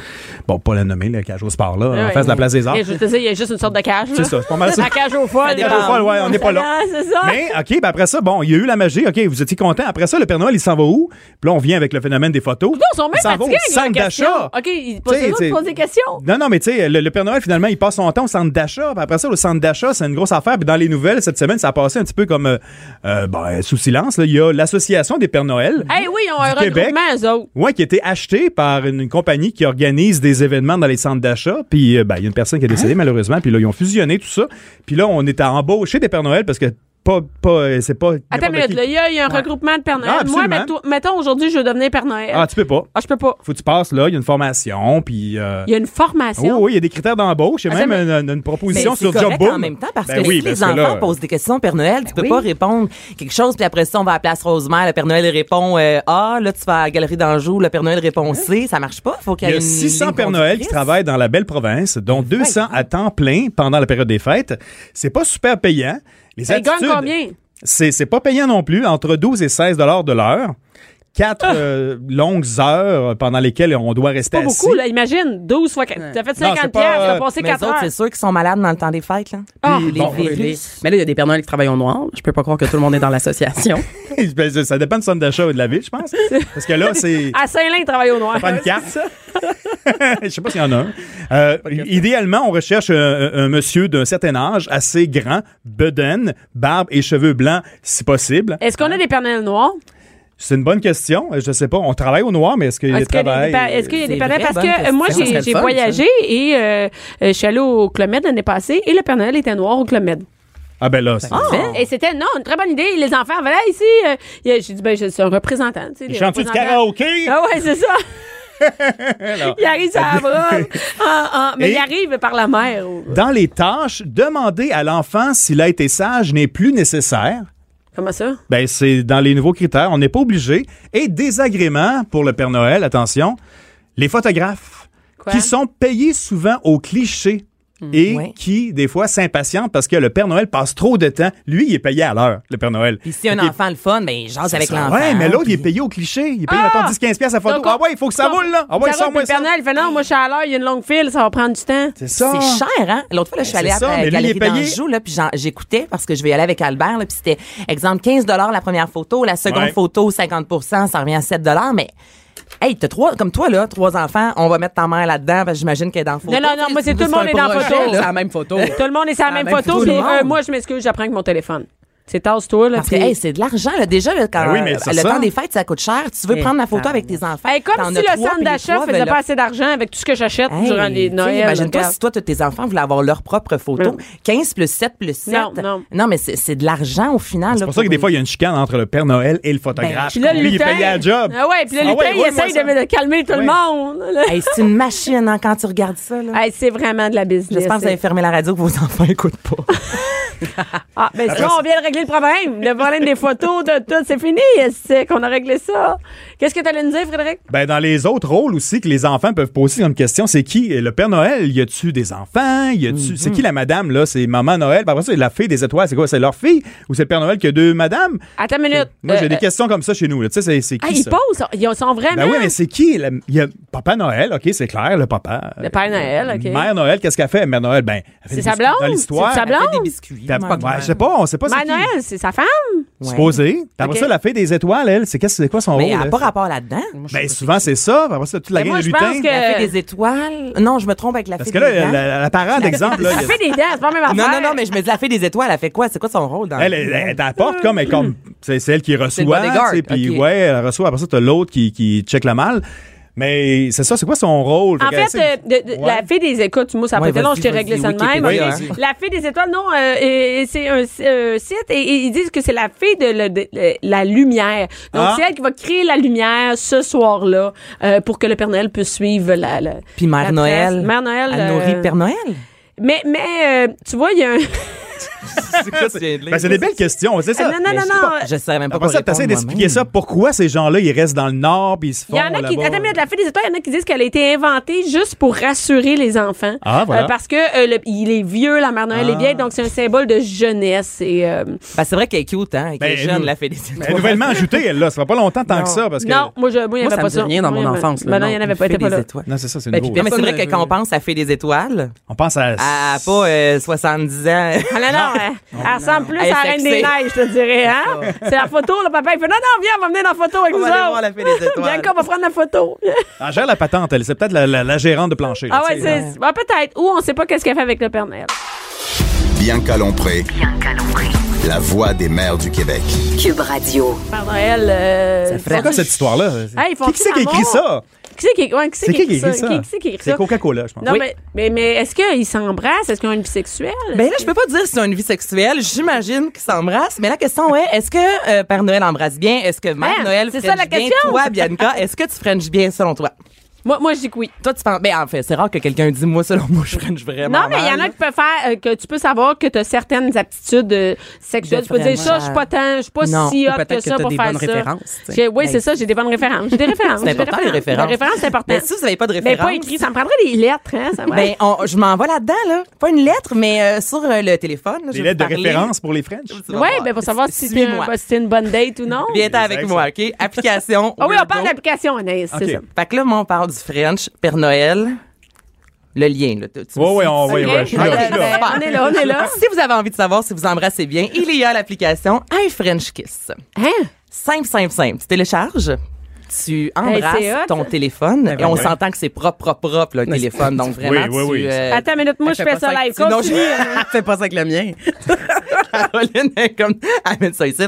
bon, pas la nommer, la cage au sport, là, en Ouais. face de la place des arts. Et Je te dis, il y a juste une sorte de cage. C'est là. ça, c'est pas mal ça. La cage au folle. La cage au folle, ouais, on n'est pas là. Ah, C'est ça. Mais, OK, ben après ça, bon, il y a eu la magie. OK, vous étiez content. Après ça, le Père Noël, il s'en va où? Puis là, on vient avec le phénomène des photos. Non, ils sont même Il s'en va au fatigués avec leurs centre questions. d'achat. OK, ils Tu sais, posent tu sais. posent des questions. Non, non, mais tu sais, le, le Père Noël, finalement, il passe son temps au centre d'achat. Puis après ça, le centre d'achat, c'est une grosse affaire. Puis dans les nouvelles, cette semaine, ça a passé un petit peu comme euh, euh, ben, sous silence. là. Il y a l'Association des Pères Noël. Eh oui, ils ont un Du Québec. regroupement, eux autres. Ouais, qui a été acheté par une, une compagnie qui organise des événements dans les centres d'achat. Puis, euh, ben, il y a une personne qui est Hein? décédée, malheureusement. Puis là, ils ont fusionné tout ça. Puis là, on est à embaucher des Pères Noël parce que pas, pas, euh, c'est pas. Attends une n'importe minute, qui. là, il y a, il y a un regroupement de Père Noël. Ah, Moi, absolument. mettons, mettons, aujourd'hui, je veux devenir Père Noël. Ah, tu peux pas. Ah, je peux pas. Faut que tu passes là, il y a une formation, puis. euh, Il y a une Oui, formation. oui, il y a des critères d'embauche. Il y a Attends, même une, une Ah, Mais proposition c'est sur correct Job Boom. en même temps parce Ben que oui, si parce les que là, enfants posent des questions au Père Noël, Ben tu peux pas répondre quelque chose puis après ça on va à la place Rosemère, le Père Noël répond euh, A, là tu vas à la galerie d'Anjou, le Père Noël répond C, ça marche pas, faut qu'il Il y y ait a une 600 ligne Pères Noël qui conductrice. travaillent dans la belle province, dont 200 à temps plein pendant la période des fêtes. C'est pas super payant. Les Ça gagne attitudes- combien? C'est c'est pas payant non plus, entre 12 et 16 dollars de l'heure. Quatre euh, longues heures pendant lesquelles on doit rester Ah! Pas assis. beaucoup, là, imagine. 12 fois 4. T'as fait Non, c'est 50 pas, piastres, euh, t'as passé Mais 4 les autres, heures. c'est sûr qu'ils sont malades dans le temps des fêtes là. Ah, les bon, virus. Mais là, il y a des Pères Noël qui travaillent au noir. Je peux pas croire que tout le monde est dans l'association. Ben, ça- ça dépend de somme d'achat ou de la ville, je pense. Parce que là, c'est. À Saint-Lin, ils travaillent au noir. Pas une carte. Je sais pas s'il y en a un. Euh, idéalement, on recherche un, un monsieur d'un certain âge, assez grand, bedaine, barbe et cheveux blancs, si possible. Est-ce qu'on a des Père Noël noirs? C'est une bonne question. Euh, Je sais pas. On travaille au noir, mais est-ce qu'il Ah, Est-ce qu'il y a des- travaille? des pa- est-ce qu'il y a des C'est Père Noël? vrai, Parce bonne que euh, moi, question. Ça j'ai serait j'ai le fun, voyagé et euh, euh, je suis allée au Clomède l'année passée et le Père Noël était noir au Clomède. Ah ben là, c'est... Et c'était, non, une très bonne idée. Les enfants, voilà, ici, euh, il y a- j'ai dit, ben, je suis un représentant. Tu sais, les Chante-tu du représentants. karaoké? Ah ouais, c'est ça. il arrive sur la brosse. Ah, ah, mais Et- il arrive par la mer. ou- Dans les tâches, demander à l'enfant s'il a été sage n'est plus nécessaire. Comment ça? Ben, c'est dans les nouveaux critères. On n'est pas obligé. Et désagrément pour le Père Noël, attention, les photographes Quoi? Hmm. qui sont payés souvent au cliché et Ouais. qui, des fois, s'impatientent parce que le Père Noël passe trop de temps. Lui, il est payé à l'heure, le Père Noël. Puis si un Fait qu'il- enfant le fun, ben il jase avec Ça, l'enfant. Ouais, mais l'autre, il est puis- payé au cliché. Il est payé, Ah! mettons, 10-15 piastres à photo. Donc, on- Ah ouais, il faut que ça on- roule, là. Ah ouais, Ça ça, roule, moi, puis le ça. Père Noël fait non, moi je suis à l'heure, il y a une longue file, ça va prendre du temps. C'est ça. C'est cher, hein? L'autre fois, là, je suis Ah. Ben, allée c'est à ça, mais la lui, il est galerie payé. d'Anjou, là, puis j'en- j'écoutais parce que je vais y aller avec Albert, là, puis c'était, exemple, 15 la première photo, la seconde Ouais. photo, 50 ça revient à 7 mais... Hey, t'as trois, comme toi, là, trois enfants, on va mettre ta mère là-dedans, parce que j'imagine qu'elle est dans la photo. Non, non, non, moi, c'est tout le monde est dans la photo. C'est la même photo. Tout le monde est sur la Ah, même même photo, tout le puis, monde. euh, moi je m'excuse, j'apprends avec mon téléphone. C'est tasse-toi, là. Parce que, puis- hey, c'est de l'argent, là. Déjà, là, quand Ben oui, mais ça le sent. temps des fêtes, ça coûte cher. Tu veux Mais prendre la photo ça- avec tes enfants. Hey, Eh, comme t'en si as le trois, centre puis les d'achat trois ben, faisait veulent pas assez d'argent avec tout ce que j'achète Hey, durant les tu sais, Noëls. Imagine-toi regarde. si toi, tous tes enfants voulaient avoir leur propre photo. 15 plus 7 plus 7. Non, non. mais c'est c'est de l'argent au final. C'est pour ça que des fois, il y a une chicane entre le Père Noël et le photographe. Puis là, le Lui, il est lutin. payé à la job. Ah ouais, puis le Ah lutin, ouais, il ouais, moi, essaye ça- de, de calmer tout le Ouais. monde. là. Hey, c'est une machine hein, quand tu regardes ça. là. Hey, c'est vraiment de la business. J'espère que vous avez fermé la radio que vos enfants n'écoutent pas. Ah, ben sinon, on vient de régler le problème. Le problème des photos, de tout, c'est fini. C'est qu'on a réglé ça. Qu'est-ce que t'allais nous dire, Frédéric? Ben, dans les autres rôles aussi que les enfants peuvent poser comme question, c'est qui le Père Noël? Y a-tu des enfants? Y a-tu, c'est qui la madame, là? C'est Maman Noël? Par exemple, la fille des étoiles, c'est quoi? C'est leur fille? Ou c'est le Père Noël qui a deux madames? Attends une minute. Moi, j'ai Euh, des euh, questions comme ça chez nous, là. Tu sais, c'est, c'est qui Ah, ils ça? posent. Ils sont vraiment. Ben oui, mais c'est qui? la- Il y a Papa Noël, OK, c'est clair, le papa. Le Père Noël, OK. Mère Noël, qu'est-ce qu'elle fait? Mère Noël, ben. elle fait C'est des sa biscuits blonde? Dans l'histoire. C'est sa Elle fait blonde? des biscuits. biscuits. Maman Ouais, je sais pas, on sait pas c'est Mais qui. Noël, c'est sa femme. Ouais. Supposé. Après OK. ça, la fille des étoiles, elle, c'est, qu'est-ce, c'est quoi son Mais elle rôle? n'a elle? pas rapport là-dedans. Ben, souvent, c'est ça. Après ça, toute la Mais Ben, gang moi, de je pense lutins. que- La fée des étoiles. Non, je me trompe avec la Parce fée que des là, la, dents. la- la parade, exemple, là, il y Elle a- fait des dents, c'est pas la même affaire. Non, non, non, mais je me dis la fée des étoiles, elle fait quoi? C'est quoi son rôle dans elle, elle, elle Ah. t'apporte comme, elle- comme c'est celle qui le reçoit, bodyguard, tu sais, puis ok. ouais, elle reçoit. Après ça, t'as l'autre qui, qui check la malle. Mais c'est ça, c'est quoi son rôle? En que, fait, c'est- euh, de- de- Ouais. Ben, la fée des écoles, tu m'as ça Ouais, peut être long, vas-y, je t'ai vas-y, réglé ça de Wikipédia, même. mais hein. La fée des étoiles, non, euh, et- et c'est un si- euh, site et, et ils disent que c'est la fée de, le- de- de la lumière. Donc, Ah. c'est elle qui va créer la lumière ce soir-là euh, pour que le Père Noël puisse suivre la. la- Puis la Mère Noël. trace. Mère Noël. Elle euh, nourrit Père Noël. Mais, mais euh, tu vois, il y a un. Ben, c'est des belles questions, c'est ça. Euh, non, non, non, non. Je savais même pas Après quoi ça, t'essaies répondre d'expliquer moi-même. ça, pourquoi ces gens-là, ils restent dans le Nord, puis ils se font Il y en a qui, là-bas. attends, mais de la fée des étoiles, il y en a qui disent qu'elle a été inventée juste pour rassurer les enfants. Ah, voilà. Ah. Euh, parce que euh, le- il est vieux, la mère Noël est vieille, donc c'est un symbole de jeunesse. Et, euh, Ben, c'est vrai qu'elle est cute, hein? Qu'elle est Ben, jeune, nous- la fée des étoiles. Elle est nouvellement ajoutée, elle, là. Ça va pas longtemps tant que ça, parce que. Non, moi, je, moi, il n'y Moi, avait ça pas me dit ça. rien dans mon Moi, il y avait- enfance, là, Ben non, non. il n'y en avait pas. Fée était pas des là. étoiles. Non, c'est ça, c'est Ben, nouveau. puis- mais c'est Personne vrai que ne- quand on pense à Fée des étoiles, On pense à. à Ah, pas euh, 70 ans. Ah non, non, elle, elle ressemble plus Elle est à la Reine des sexée. Neiges, je te dirais. Hein? C'est la photo, le papa, il fait « Non, non, viens, on va venir dans la photo avec On nous va aller autres. voir la fée des étoiles. Bianca, on va prendre la photo. Angèle la patente, elle, c'est peut-être la, la- la gérante de plancher. là, ah ouais, tu sais, là. c'est... ben, peut-être. Ou on sait pas qu'est-ce qu'elle fait avec le Père Noël. Bianca Lompré, Bianca Lompré. la voix des mères du Québec. Cube Radio. Père Noël... euh, C'est encore cette histoire-là. Ah, ils font qui c'est qui a tout écrit ça? Qui c'est qui, ouais, qui, c'est qui, écrit ça? Qui, qui c'est qui écrit C'est ça? Coca-Cola, je pense. Non, mais, mais, mais est-ce qu'ils s'embrassent? Est-ce qu'ils ont une vie sexuelle? Ben là, je peux pas dire si c'est une vie sexuelle. J'imagine qu'ils s'embrassent. Mais la question est, est-ce que euh, Père Noël embrasse bien? Est-ce que Mère Hein? Noël C'est French ça la bien? question? Toi, Bianca, est-ce que tu French bien selon toi? Moi, moi, je dis que oui. Toi, tu penses... Ben, en fait, c'est rare que quelqu'un dise, moi, selon moi, je French vraiment Non, mais il y en mal. a qui peuvent faire, euh, que tu peux savoir que tu as certaines aptitudes euh, sexuelles. Je Tu peux dire ferais ça, mal. je suis pas tant, je suis pas Non. si Ou hot peut-être que que ça t'as pour des faire bonnes ça. références, tu sais. J'ai- Oui, Ben, c'est ça, j'ai des bonnes références. J'ai des références. C'est j'ai des important, les références. Les références, c'est important. Mais si vous n'avez pas de Mais référence... Ben, pas écrit, ça me prendrait des lettres, hein, ça me- Ben, on- je m'en vais là-dedans, là. Pas une lettre, mais euh, sur euh, le téléphone. Des lettres de référence pour les French. Ouais, ben, pour savoir si c'est moi. un- si c'est une bonne date ou non. Viens Exact. avec moi, OK? Application. Ah oui, on parle Weirdo. d'application, Anaïs, Ok. c'est ça. Fait que là, moi, on parle du French, Père Noël, le lien. Là, tu- tu- Ouais, ouais, on Ok. ouais, ouais, je suis Ok, là, je suis là. ben, On est là, on est là. Si vous avez envie de savoir si vous embrassez bien, il y a l'application iFrenchKiss. Hein? Simple, simple, simple. Tu télécharges, tu embrasses Hey, c'est hot. ton téléphone et on Ben ouais. s'entend que c'est propre, propre, propre, le téléphone. Donc vraiment, oui, oui. tu... euh, Attends une minute, moi, je fais fais pas ça ça live. sinon, Continue. Elle fait pas ça avec le mien. Caroline est comme amène ça ici.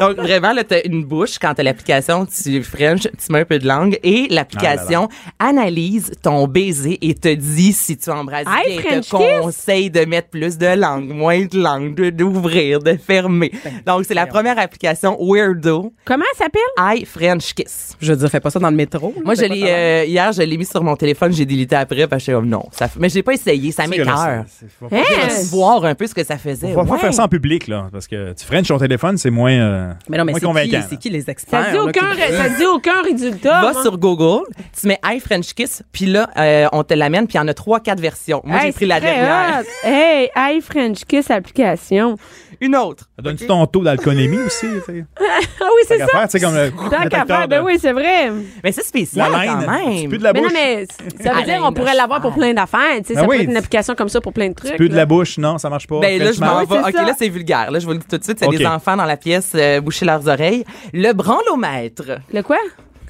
Donc vraiment là t'as une bouche quand t'as l'application tu French tu mets un peu de langue et l'application Ah analyse ton baiser et te dit si tu embrasses Hey, bien et French te conseille de mettre plus de langue moins de langue de- d'ouvrir de fermer. Ben, Donc c'est la première application weirdo Comment elle s'appelle? I French Kiss. Je veux dire, fais pas ça dans le métro. Moi je Hmm, C'est l'ai quoi ça? hein? euh, hier je l'ai mis sur mon téléphone j'ai délité après parce que j'étais comme non ça fait- mais j'ai pas essayé ça C'est que là, m'écœure. c'est- c'est- faut- Juste Hein? Voir un peu ce que ça faisait. Faut faut Ouais. faire ça en public, là, parce que tu French ton téléphone, c'est moins, euh, Mais non, mais moins c'est qui, convaincant. c'est qui les experts? Ça dit là, aucun, qui- ça dit aucun résultat. Va moi. sur Google, tu mets Hey French Kiss, puis là, euh, on te l'amène, puis il y en a trois, quatre versions. Moi, Hey, j'ai pris c'est la très dernière. hot. Hey, Hi French Kiss application. Une autre. Ça donne-tu ton taux d'alcoolémie aussi? tu sais? Ah oui, c'est Tant qu'à ça. faire, tu sais, comme le. Tant le qu'à faire, facteur de- Ah, ben ben oui, c'est vrai. Mais c'est La spécial laine. quand Tu même. pues de la mais non, bouche. mais ça veut Alain dire qu'on pourrait de l'avoir pour cheval. plein d'affaires. tu sais, Ben ça oui. peut être une application comme ça pour plein de trucs. Plus de là. la bouche, non, ça marche pas. Ben là, je m'en French vais. c'est OK, ça. là, c'est vulgaire. Là, je vous le dis tout de suite. C'est OK. des enfants dans la pièce, euh, boucher leurs oreilles. Le branlomètre. Le quoi?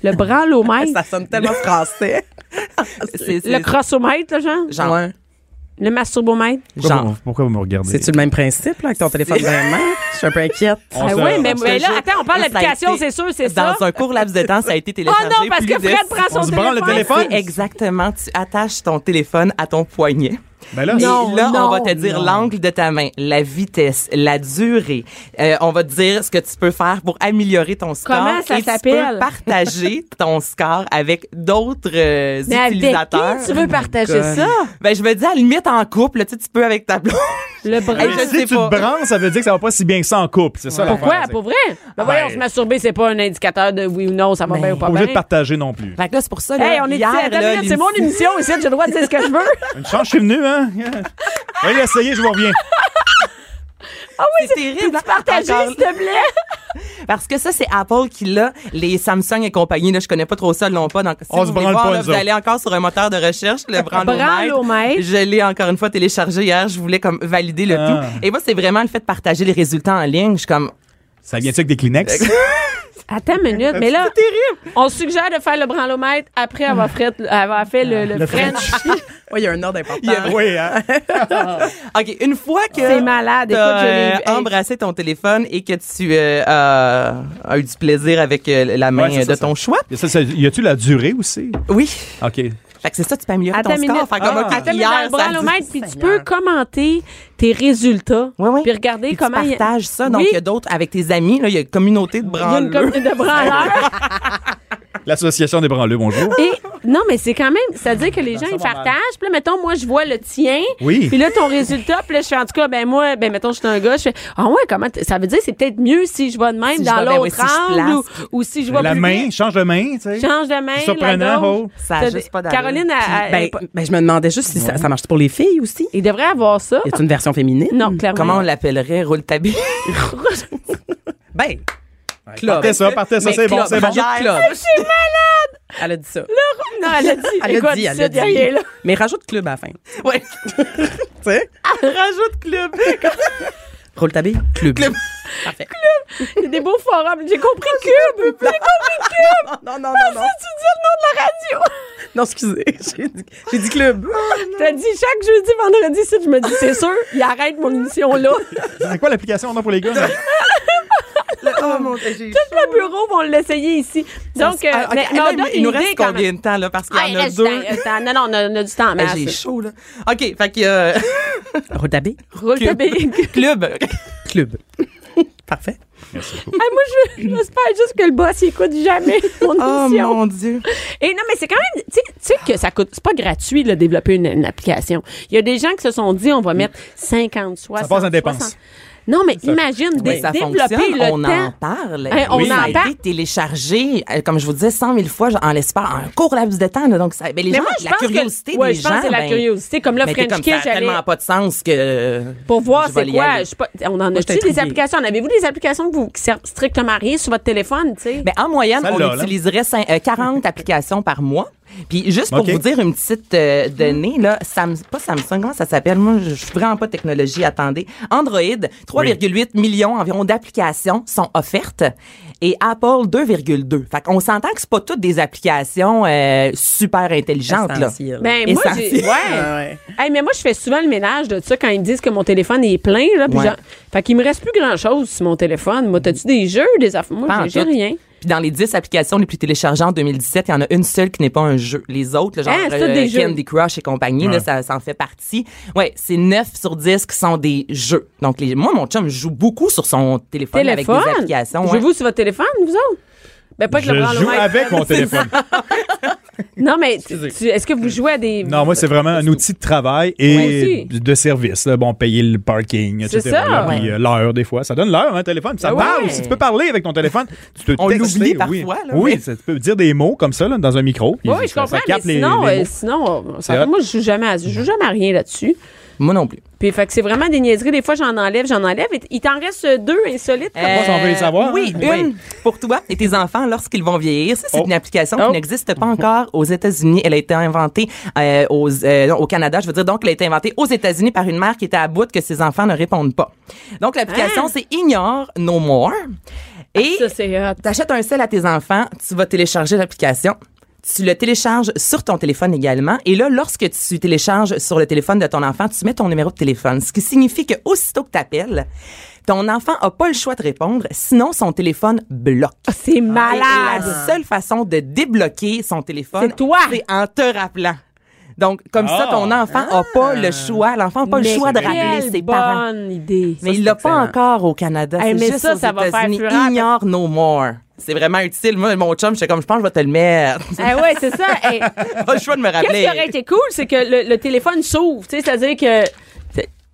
Le branlomètre. Ça sonne tellement français. C'est- c'est- Le crossomètre, là, genre? Genre. Le masturbomètre. Pourquoi, Genre. vous- pourquoi vous me regardez? C'est-tu le même principe, là, avec ton téléphone dans la main? Je suis un peu inquiète. On Ah se- oui, mais, on se- mais là, jure. attends, on parle Ça a d'application, été c'est sûr, c'est ça. Dans un court laps de temps, ça a été Oh téléchargé. non, parce plus que de- Fred prend On son se branle le téléphone. téléphone. C'est exactement. Tu attaches ton téléphone à ton poignet. Ben là, Et c'est- Non, là, non, on va te dire non. l'angle de ta main, la vitesse, la durée. Euh, on va te dire ce que tu peux faire pour améliorer ton score. Comment ça et tu s'appelle? peux partager ton score avec d'autres euh, Mais avec utilisateurs. qui tu veux partager Euh, God. ça? Ben, je veux dire, à la limite, en couple, là, tu sais, tu peux avec ta blonde. Le Hey, branle. je si sais tu pas. te branles, ça veut dire que ça va pas si bien que ça en couple. C'est ça l'affaire, Pourquoi? c'est- Pour vrai? Ben voyons, se masturber, c'est pas un indicateur de oui ou non, ça va bien ou pas Pas Ben, obligé bien. de partager non plus. Fait que là, c'est pour ça, là, Hey, on est ici, hier, attends une là, minute, c'est mon l'émission- émission ici, j'ai le droit de dire ce que je veux. Une chance, je suis venu, hein? Allez, essayez, je vous reviens. Ah c'est terrible. hein? Partagez, Encore- s'il te plaît. Parce que ça, c'est Apple qui l'a. Les Samsung et compagnie, là, je connais pas trop ça, ils l'ont pas. Donc, si On vous se voulez branle voir, pas, là, nous vous autres. allez encore sur un moteur de recherche, le Branlomètre. branlomètre. Je l'ai encore une fois téléchargé hier. Je voulais comme valider le Ah. tout. Et moi, c'est vraiment le fait de partager les résultats en ligne. Je suis comme, Ça vient-tu avec des Kleenex? Attends une minute, mais là, on suggère de faire le branlomètre après avoir fait, avoir fait le, le French. Oui, il y a un ordre important. Oui, hein? OK, une fois que C'est malade. Écoute, t'as, je l'ai euh, vu. Hey. embrassé ton téléphone et que tu euh, euh, as eu du plaisir avec euh, la main Ouais, c'est euh, de ça, ça. ton choix. Ça, ça, y a-tu la durée aussi? Oui. OK. Fait que c'est ça, tu peux améliorer Attends ton une score. minute. Fait comme, Ah. OK, Attends une minute hier, dans le ça dit- baromètre, puis tu peux commenter tes résultats. Oui, oui. Puis regarder Puis tu comment... il- partages ça. Donc, Oui. il y a d'autres, avec tes amis, là, il y a une communauté de Il y a une branleurs. commune de branleurs. L'Association des branleux, bonjour. Et, non, mais c'est quand même, c'est-à-dire que les gens, ça ils va mal. partagent. Puis là, mettons, moi, je vois le tien. Oui. Puis là, ton résultat. Puis là, je fais, en tout cas, ben moi, ben mettons, je suis un gars, je fais, ah ouais, comment, t- ça veut dire, c'est peut-être mieux si je vois de même Si je dans vois, ben l'autre oui, si je angle ou, place. ou si je vois La plus main, vite. change de main, tu sais. Change de main. Surprenant, la gauche. oh. Ça a T'as- juste pas d'allure. Caroline, elle- Ben, elle- elle- ben, je me demandais juste si ça, ça marche pour les filles aussi. il devrait avoir ça. Y a-t-il une version féminine? Non, clairement. Comment on l'appellerait? Roule ta bille. Ben, club. Partez ça, partez ça, Mais c'est bon, club, c'est bon. rajoute club. Je suis Elle a dit ça. Non, elle a dit. Elle a écoute, dit, elle ça, a dit. derrière, là. Mais rajoute club à la fin. Ouais. Tu sais? Rajoute club. Roule ta bille. Club. Parfait. C'est des beaux forums. J'ai compris Cube. J'ai compris Cube. Non, non, non, non. Tu dis le nom de la radio. Non, excusez. J'ai dit, j'ai dit club. T'as dit chaque jeudi, vendredi, si je me dis, c'est sûr, il arrête mon émission là. C'est quoi l'application on a pour les gars? là? Oh mon dieu, j'ai Tout le bureau vont l'essayer ici. Donc, euh, Ah, ok. mais, Là, mais on donne il nous une idée reste quand combien même. de temps, là? Parce qu'il Ah, y il en a reste du deux. temps, du temps. Non, non, on a, on a du temps. Mais Ah, J'ai chaud, là. OK, fait que... euh, Roule ta bille. roule ta bille. club. Club. Parfait. Ah, moi, je- j'espère juste que le boss, il écoute jamais mon Oh émission. mon dieu. Et non, mais c'est quand même, tu sais- tu sais que ça coûte, c'est pas gratuit de développer une, une application. Il y a des gens qui se sont dit, on va mettre 50, 60. passe en dépenses. 60. Non, mais imagine Oui, dé- ça développer fonctionne, le on temps. en parle. Hein, on Oui. en Ça a été parle. téléchargé, euh, comme je vous disais, 100 000 fois genre, en l'espace, en court laps de temps. là. donc, ça, ben, les Mais gens, moi, je la pense curiosité que, ouais, des je gens. pense que c'est la ben, curiosité. Comme là, ben, t'es French comme Kiss, ça a j'allais tellement pas de sens que... pour voir je vais c'est y quoi. aller. Je sais pas, on en Moi, j'étais a-tu des intriguée. applications? En avez-vous des applications que vous, qui servent strictement à rien sur votre téléphone, tu sais? Ben, en moyenne, on Celle-là, là. utiliserait cin- euh, 40 applications par mois. Puis juste pour OK. vous dire une petite euh, donnée, là, Sam- pas Samsung, comment ça s'appelle? Moi, je je suis vraiment pas technologie, attendez. Android, 3,8 millions environ d'applications sont offertes et Apple, 2,2. Fait qu'on s'entend que c'est pas toutes des applications euh, super intelligentes, là. Essentiel. Ben, moi, j'ai- essentiel. ouais. Ah, ouais. Hey, mais moi, je fais souvent le ménage de ça quand ils me disent que mon téléphone est plein. Là, puis Ouais. genre- fait qu'il me reste plus grand-chose sur mon téléphone. Moi, t'as-tu des jeux, des affaires? Moi, Pas en j'ai- j'ai tout. rien. Puis dans les 10 applications les plus téléchargées en 2017, il y en a une seule qui n'est pas un jeu. Les autres, là, genre Ah, c'est tout euh, des jeux. Candy Crush et compagnie, là, Ouais. ça, ça en fait partie. Ouais, c'est 9 sur 10 qui sont des jeux. Donc les, moi, mon chum joue beaucoup sur son téléphone, Téléphone? avec des applications. ouais. Jouez-vous sur votre téléphone, vous autres? Ben, pas que le Je joue branle-maître. avec mon téléphone. Non, mais tu- tu- est-ce que vous jouez à des. Non, moi, c'est vraiment un outil de travail Mmh. Ouais, et si. de service. là. Bon, payer le parking, C'est etc. ça. là, puis, Ouais. euh, l'heure, des fois. Ça donne l'heure, un téléphone. puis ça Ah ouais. parle. Si tu peux parler avec ton téléphone, tu peux On texter, l'oublie oui. parfois, là, oui, mais- ça- tu peux dire des mots comme ça là, dans un micro. puis Oui, oui, je ça- comprends, ça mais capte les- sinon, les euh, mots. sinon euh, ça- C'est hot. moi, je joue jamais, à- je joue jamais à rien là-dessus. Moi non plus. Puis, fait que c'est vraiment des niaiseries. Des fois, j'en enlève, j'en enlève. Et t- il t'en reste euh, deux insolites. comme- Moi, si on veut les savoir, Oui, hein. une pour toi et tes enfants lorsqu'ils vont vieillir. Ça, c'est Oh. une application Oh. qui n'existe pas encore aux États-Unis. Elle a été inventée euh, aux, euh, non, au Canada, je veux dire. Donc, elle a été inventée aux États-Unis par une mère qui était à bout que ses enfants ne répondent pas. Donc, l'application, Ah. c'est Ignore No More. Et Ça, c'est hot. t'achètes un sel à tes enfants, tu vas télécharger l'application. Tu le télécharges sur ton téléphone également. Et là, lorsque tu télécharges sur le téléphone de ton enfant, tu mets ton numéro de téléphone. Ce qui signifie que aussitôt que t'appelles, ton enfant a pas le choix de répondre, sinon son téléphone bloque. Ah, C'est Et malade. La seule façon de débloquer son téléphone, C'est toi. c'est en te rappelant. Donc, comme ça, Ah. ton enfant a pas le choix. L'enfant n'a pas Ah. Mais le choix de quelle rappeler ses bonne parents. idée. Mais il l'a pas excellent. encore au Canada. Hey, c'est mais juste ça, aux ça va faire États-Unis. fureur. Ignore no more. C'est vraiment utile. Moi, mon chum, j'étais comme, je pense que je vais te le mettre. Ah ouais, c'est ça. Hey, Pas le choix de me Qu'est-ce qui aurait rappeler. été cool, c'est que le, le téléphone s'ouvre. Tu sais, c'est-à-dire que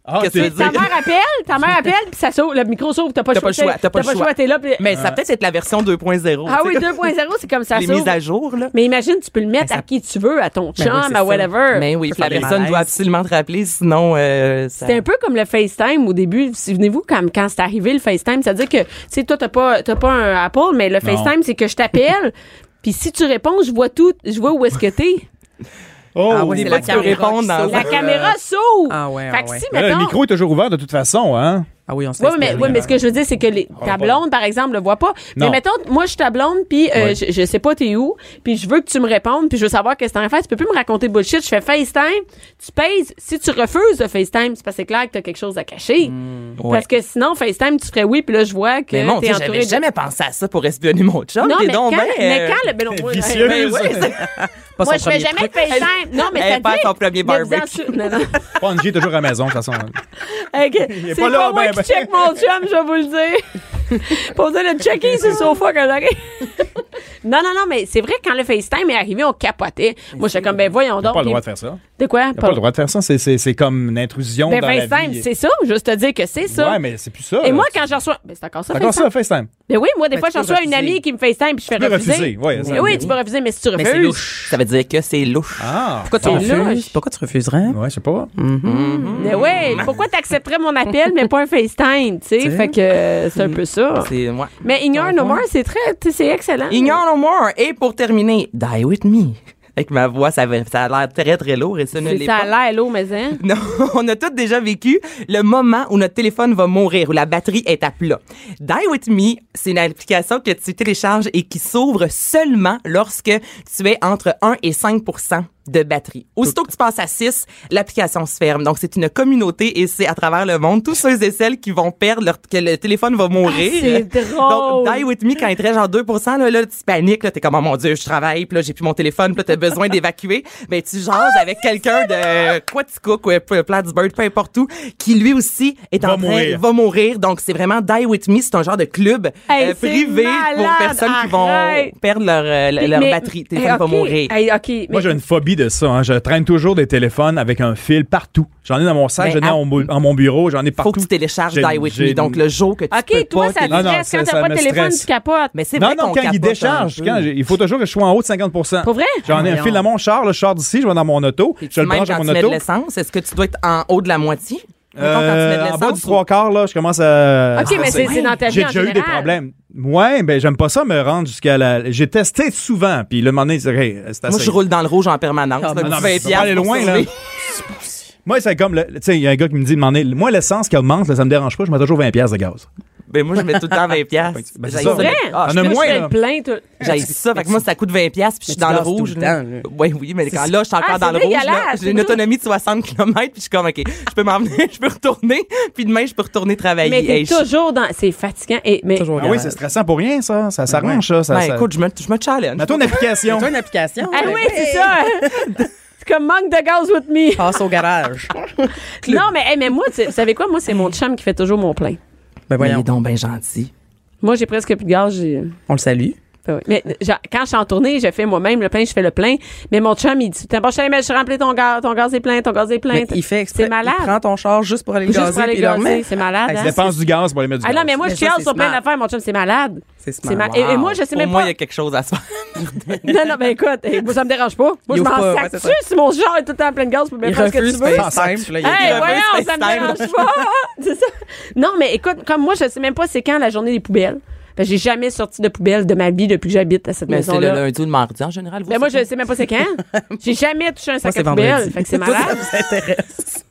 Ah, Qu'est-ce tu- que tu veux ta dire? mère appelle, ta mère appelle, puis ça s'ouvre, le micro s'ouvre, t'as pas, T'as pas le choix, t'as pas le choix. t'es là. puis- Mais ça peut-être être la version 2.0. ah tu oui, sais, 2.0, c'est comme ça Les s'ouvre. mises à jour, là. Mais imagine, tu peux le mettre à qui tu veux, à ton chum, Ben oui, c'est à ça. whatever. Mais oui, puis la faire des personne doit malaises. absolument te rappeler, sinon. euh, ça- C'est un peu comme le FaceTime au début. Souvenez-vous quand, quand c'est arrivé le FaceTime, c'est-à-dire que, tu sais, toi, t'as pas, t'as pas un Apple, mais le FaceTime, c'est que je t'appelle, puis si tu réponds, je vois tout, je vois où est-ce que t'es. Oh, Ah ouais, Des c'est fois, la tu peux caméra répondre qui dans s'ouvre. La Euh, caméra s'ouvre. ah ouais, ah fait que ouais. si, Mais là, mettons, le micro est toujours ouvert de toute façon, hein? Ah oui, on s'est Oui, mais, oui, mais ce que je veux dire, c'est que les, ta blonde, par exemple, le voit pas. Non. Mais mettons, moi, je suis ta blonde, puis euh, Ouais. je, je sais pas t'es où, puis je veux que tu me répondes, puis je veux savoir qu'est-ce que t'en fais. Tu peux plus me raconter de bullshit. Je fais FaceTime, tu payes. Si tu refuses le FaceTime, c'est parce que c'est clair que t'as quelque chose à cacher. Parce que sinon, FaceTime, tu ferais oui, puis là, je vois que Hmm. Mais mon t'es Dieu, entouré j'avais de... jamais pensé à ça pour espionner mon chum. Non, T'es mais quand, donc ben, mais euh, quand le... ben non, moi, vicieuse. ben oui, c'est- Pas moi, je fais son premier jamais truc. FaceTime. Non, mais Elle ça perd dit- son premier il y a des barbecue. ensu- Non, non. Ponji est toujours à la maison, de toute façon. Ok, est C'est pas pas, là, moi ben, ben. qui check mon chum, je vais vous le dire. Posez le checker sur le sofa quand j'arrive. non, non, non, mais c'est vrai que quand le FaceTime est arrivé, on capotait. Moi, j'étais comme, ben voyons T'as donc. pas le Puis- droit de faire ça. De quoi? T'as pas le droit de faire ça. C'est- C'est c'est comme une intrusion Ben dans la FaceTime, vie. c'est ça. Juste te dire que c'est ça. Ouais, mais c'est plus ça. Et là. moi, quand je reçois. Ben, c'est encore ça, T'as encore FaceTime. ça, FaceTime. Ben oui, moi, des fois, tu je peux reçois une refuser. amie qui me FaceTime puis je fais peux refuser. refuser, ouais, ça, Ben oui, oui. tu peux refuser, mais si tu Mais Ben, c'est refuses. louche. Ça veut dire que c'est louche. Ah! Pourquoi tu C'est louche. refuses? Pourquoi tu refuserais? Ouais, je sais pas. Mm. Mais Ben ouais, pourquoi t'accepterais mon appel, mais pas un FaceTime, tu sais? Fait que euh, c'est un peu ça. C'est moi. Mais Ignore No More, c'est très. tu sais, C'est excellent. Ignore no more. Et pour terminer, die with me. Avec ma voix, ça, avait- ça a l'air très, très lourd et ça ne l'est C'est ça pas. a l'air l'eau, mais hein? Non, on a tous déjà vécu le moment où notre téléphone va mourir, où la batterie est à plat. Die With Me, c'est une application que tu télécharges et qui s'ouvre seulement lorsque tu es entre 1 et 5 de batterie. Aussitôt que tu passes à 6, l'application se ferme. Donc, c'est une communauté et c'est à travers le monde, tous ceux et celles qui vont perdre leur, que le téléphone va mourir. Ah, c'est drôle. euh, Donc, Die With Me, quand il te reste genre 2 là, là, tu paniques, là, t'es comme, oh mon Dieu, je travaille, puis là, j'ai plus mon téléphone, puis là, t'as besoin d'évacuer. Ben, tu jases Ah, avec quelqu'un de Quaticook ou euh, Plattsburgh, peu importe où, qui lui aussi est Va en train, mourir. va mourir. Donc, c'est vraiment Die With Me, c'est un genre de club Hey, euh, c'est privé pour malade, personnes qui arrête. vont perdre leur, euh, leur Mais- batterie. Hey, Téléphone va ok. mourir. Hey, ok, mais- Moi, j'ai une phobie de ça. hein. Je traîne toujours des téléphones avec un fil partout. J'en ai dans mon sac, Ben, j'en ai à- dans mon, bu- dans mon bureau, j'en ai Faut partout. que tu télécharges J'ai- Die With j'ai- Me. Donc, le jour que tu OK, peux toi, pas ça te télé- Non, non, stresse. ça- Quand ça t'as pas de me téléphone, stresse. tu capotes. Mais c'est Non, vrai non, qu'on quand il capote un décharge, peu. quand j'ai- il faut toujours que je sois en haut de 50 Pour vrai? J'en ai un Voyons. fil dans mon char, là, je sors d'ici, je vais dans mon auto, Puis je le même branche quand à mon tu mets de auto. l'essence, est-ce que tu dois être en haut de la moitié? Mettons, quand tu mets de Euh, en bas l'essence, du trois quarts, là, je commence à. Ah, OK, mais c'est c'est dans ta vie. J'ai en déjà eu des général. problèmes. Ouais, ben j'aime pas ça me rendre jusqu'à la. J'ai testé souvent, puis le moment donné, c'est hey, c'est Moi, assez. je roule dans le rouge en permanence. Ah, là, non, du Non, mais faut 20 pas aller pour loin, là. sauver. Moi, c'est comme, le- tu sais, il y a un gars qui me dit, de demander, moi, l'essence qui augmente, là, ça me dérange pas, je mets toujours 20 pièces de gaz. Ben, moi, je mets tout le temps 20 piastres. Ben, c'est J'haïs ça. ça. Vrai? Ah, On a Moi, moins, je fais là. le plein. tout- J'haïs ça. Fait que moi, ça coûte 20 piastres puis je suis tu dans le danses tout rouge. le là. temps, là. Oui, oui, mais quand là, je suis encore Ah, dans le c'est rouge. là. dégueulasse, J'ai une c'est autonomie de 60 km puis je suis comme, OK, je peux m'en venir, je peux retourner puis demain, je peux retourner travailler. Mais t'es Hey, je- toujours dans. C'est fatigant. Et, mais Toujours Ah oui, c'est stressant pour rien, ça. Ça s'arrange, ça. ça, Ben, ça... écoute, je me, je me challenge. Mets-toi une application. Toi, une application. Ah Ben oui, c'est ça. hein. C'est comme manque de gaz with me. Passe au garage. Non, mais, hey, mais moi, tu- vous savez quoi? Moi, c'est mon chum qui fait toujours mon plein. Ben Mais il est voyons, donc bien gentil. Moi, j'ai presque plus de gaz. j'ai- on le salue. Ben oui. Mais euh, genre, quand je suis en tournée, je fais moi-même le plein, je fais le plein. Mais mon chum, il dit T'as pas cher, mais je remplis ton gaz, ton gaz est plein, ton gaz est plein. Mais il fait exprès. C'est malade. Il prend ton char juste pour aller le Juste gazer. pour aller puis il le gazer, remet. c'est malade, Hey, hein? c'est pas- Dépense du gaz pour les mettre du Ah gaz. non, mais moi, je Mais ça, chiale c'est sur plein smart. d'affaires. Mon chum, c'est malade. C'est smart. mal- Et, et moi, je sais Pour même moi, il pas. y a quelque chose à se faire. Non, non, ben écoute, eh, moi, ça me dérange pas. Moi, Il je ouvre pas, m'en ouais, sac c'est dessus ça. si mon genre est tout le temps plein de gaz, je peux bien Il faire ce que tu refuse veux. FaceTime. là, il y a- Hey, refuse voyons, ça me FaceTime. dérange pas! C'est ça. Non, mais écoute, comme moi, je sais même pas c'est quand la journée des poubelles. Ben, j'ai jamais sorti de poubelle de ma vie depuis que j'habite à cette Mais c'est le maison-là. lundi ou le mardi en général. vous, Mais moi, c'est- je sais même pas c'est quand. J'ai jamais touché un sac c'est à poubelle. vendredi. Fait que c'est Toi, ça malade. vous intéresse.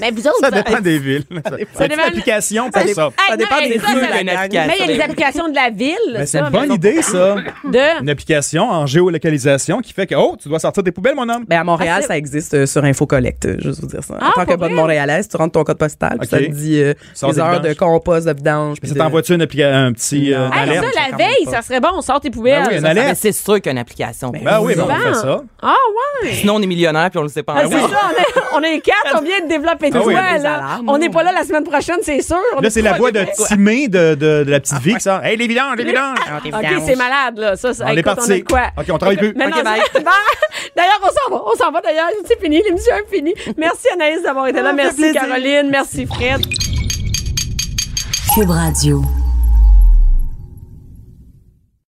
Mais Ben, vous autres, Ça vous- dépend des villes. C'est une dépend- application pour ça. Hey, Ça non, dépend hey, des ça, ça- rues, il y a une application. Mais il y a des applications de la ville. Mais c'est ça, une bonne mais- idée, ça. De. Une application en géolocalisation qui fait que, oh, tu dois sortir tes poubelles, mon homme. Ben à Montréal, Ah, c'est- ça existe euh, sur InfoCollect, euh, juste vous dire ça. Ah, en tant que pour bonne vrai? Montréalaise, tu rentres ton code postal, puis Ok. ça te dit euh, Sors les des heures de vidanges. compost, de vidange. puis Ça de- t'envoie-tu une appli- un petit euh, une Hey, alerte? Ah, ça, la quand même veille, pas. ça serait bon. On sort tes poubelles. Ben oui, une Ça, ça- alerte. Mais c'est sûr qu'il y a une application. Ben oui, ben on Souvent. fait ça. Ah, ouais. Sinon, on est millionnaire puis on le sait pas Ah, encore. c'est ça, on est, on est quatre, on vient de développer tout Ben Ah oui. ça, Des là. alarmes, On là. n'est pas là la semaine prochaine, c'est sûr. On Là, est c'est la pas- voix de Timé de, de, de la petite vie qui sort. Hey, les vidanges, les vidanges! OK, c'est malade, là. Ça, ça- On est écoute, parti. On a de quoi. OK, on travaille Écoute, plus. mais non, OK, bye. c'est- D'ailleurs, on s'en va. On s'en va, d'ailleurs. C'est fini. L'émission est finie. Merci, Anaïs, d'avoir été là. Ah, fait Merci, plaisir. Caroline. Merci, Fred. Cube Radio.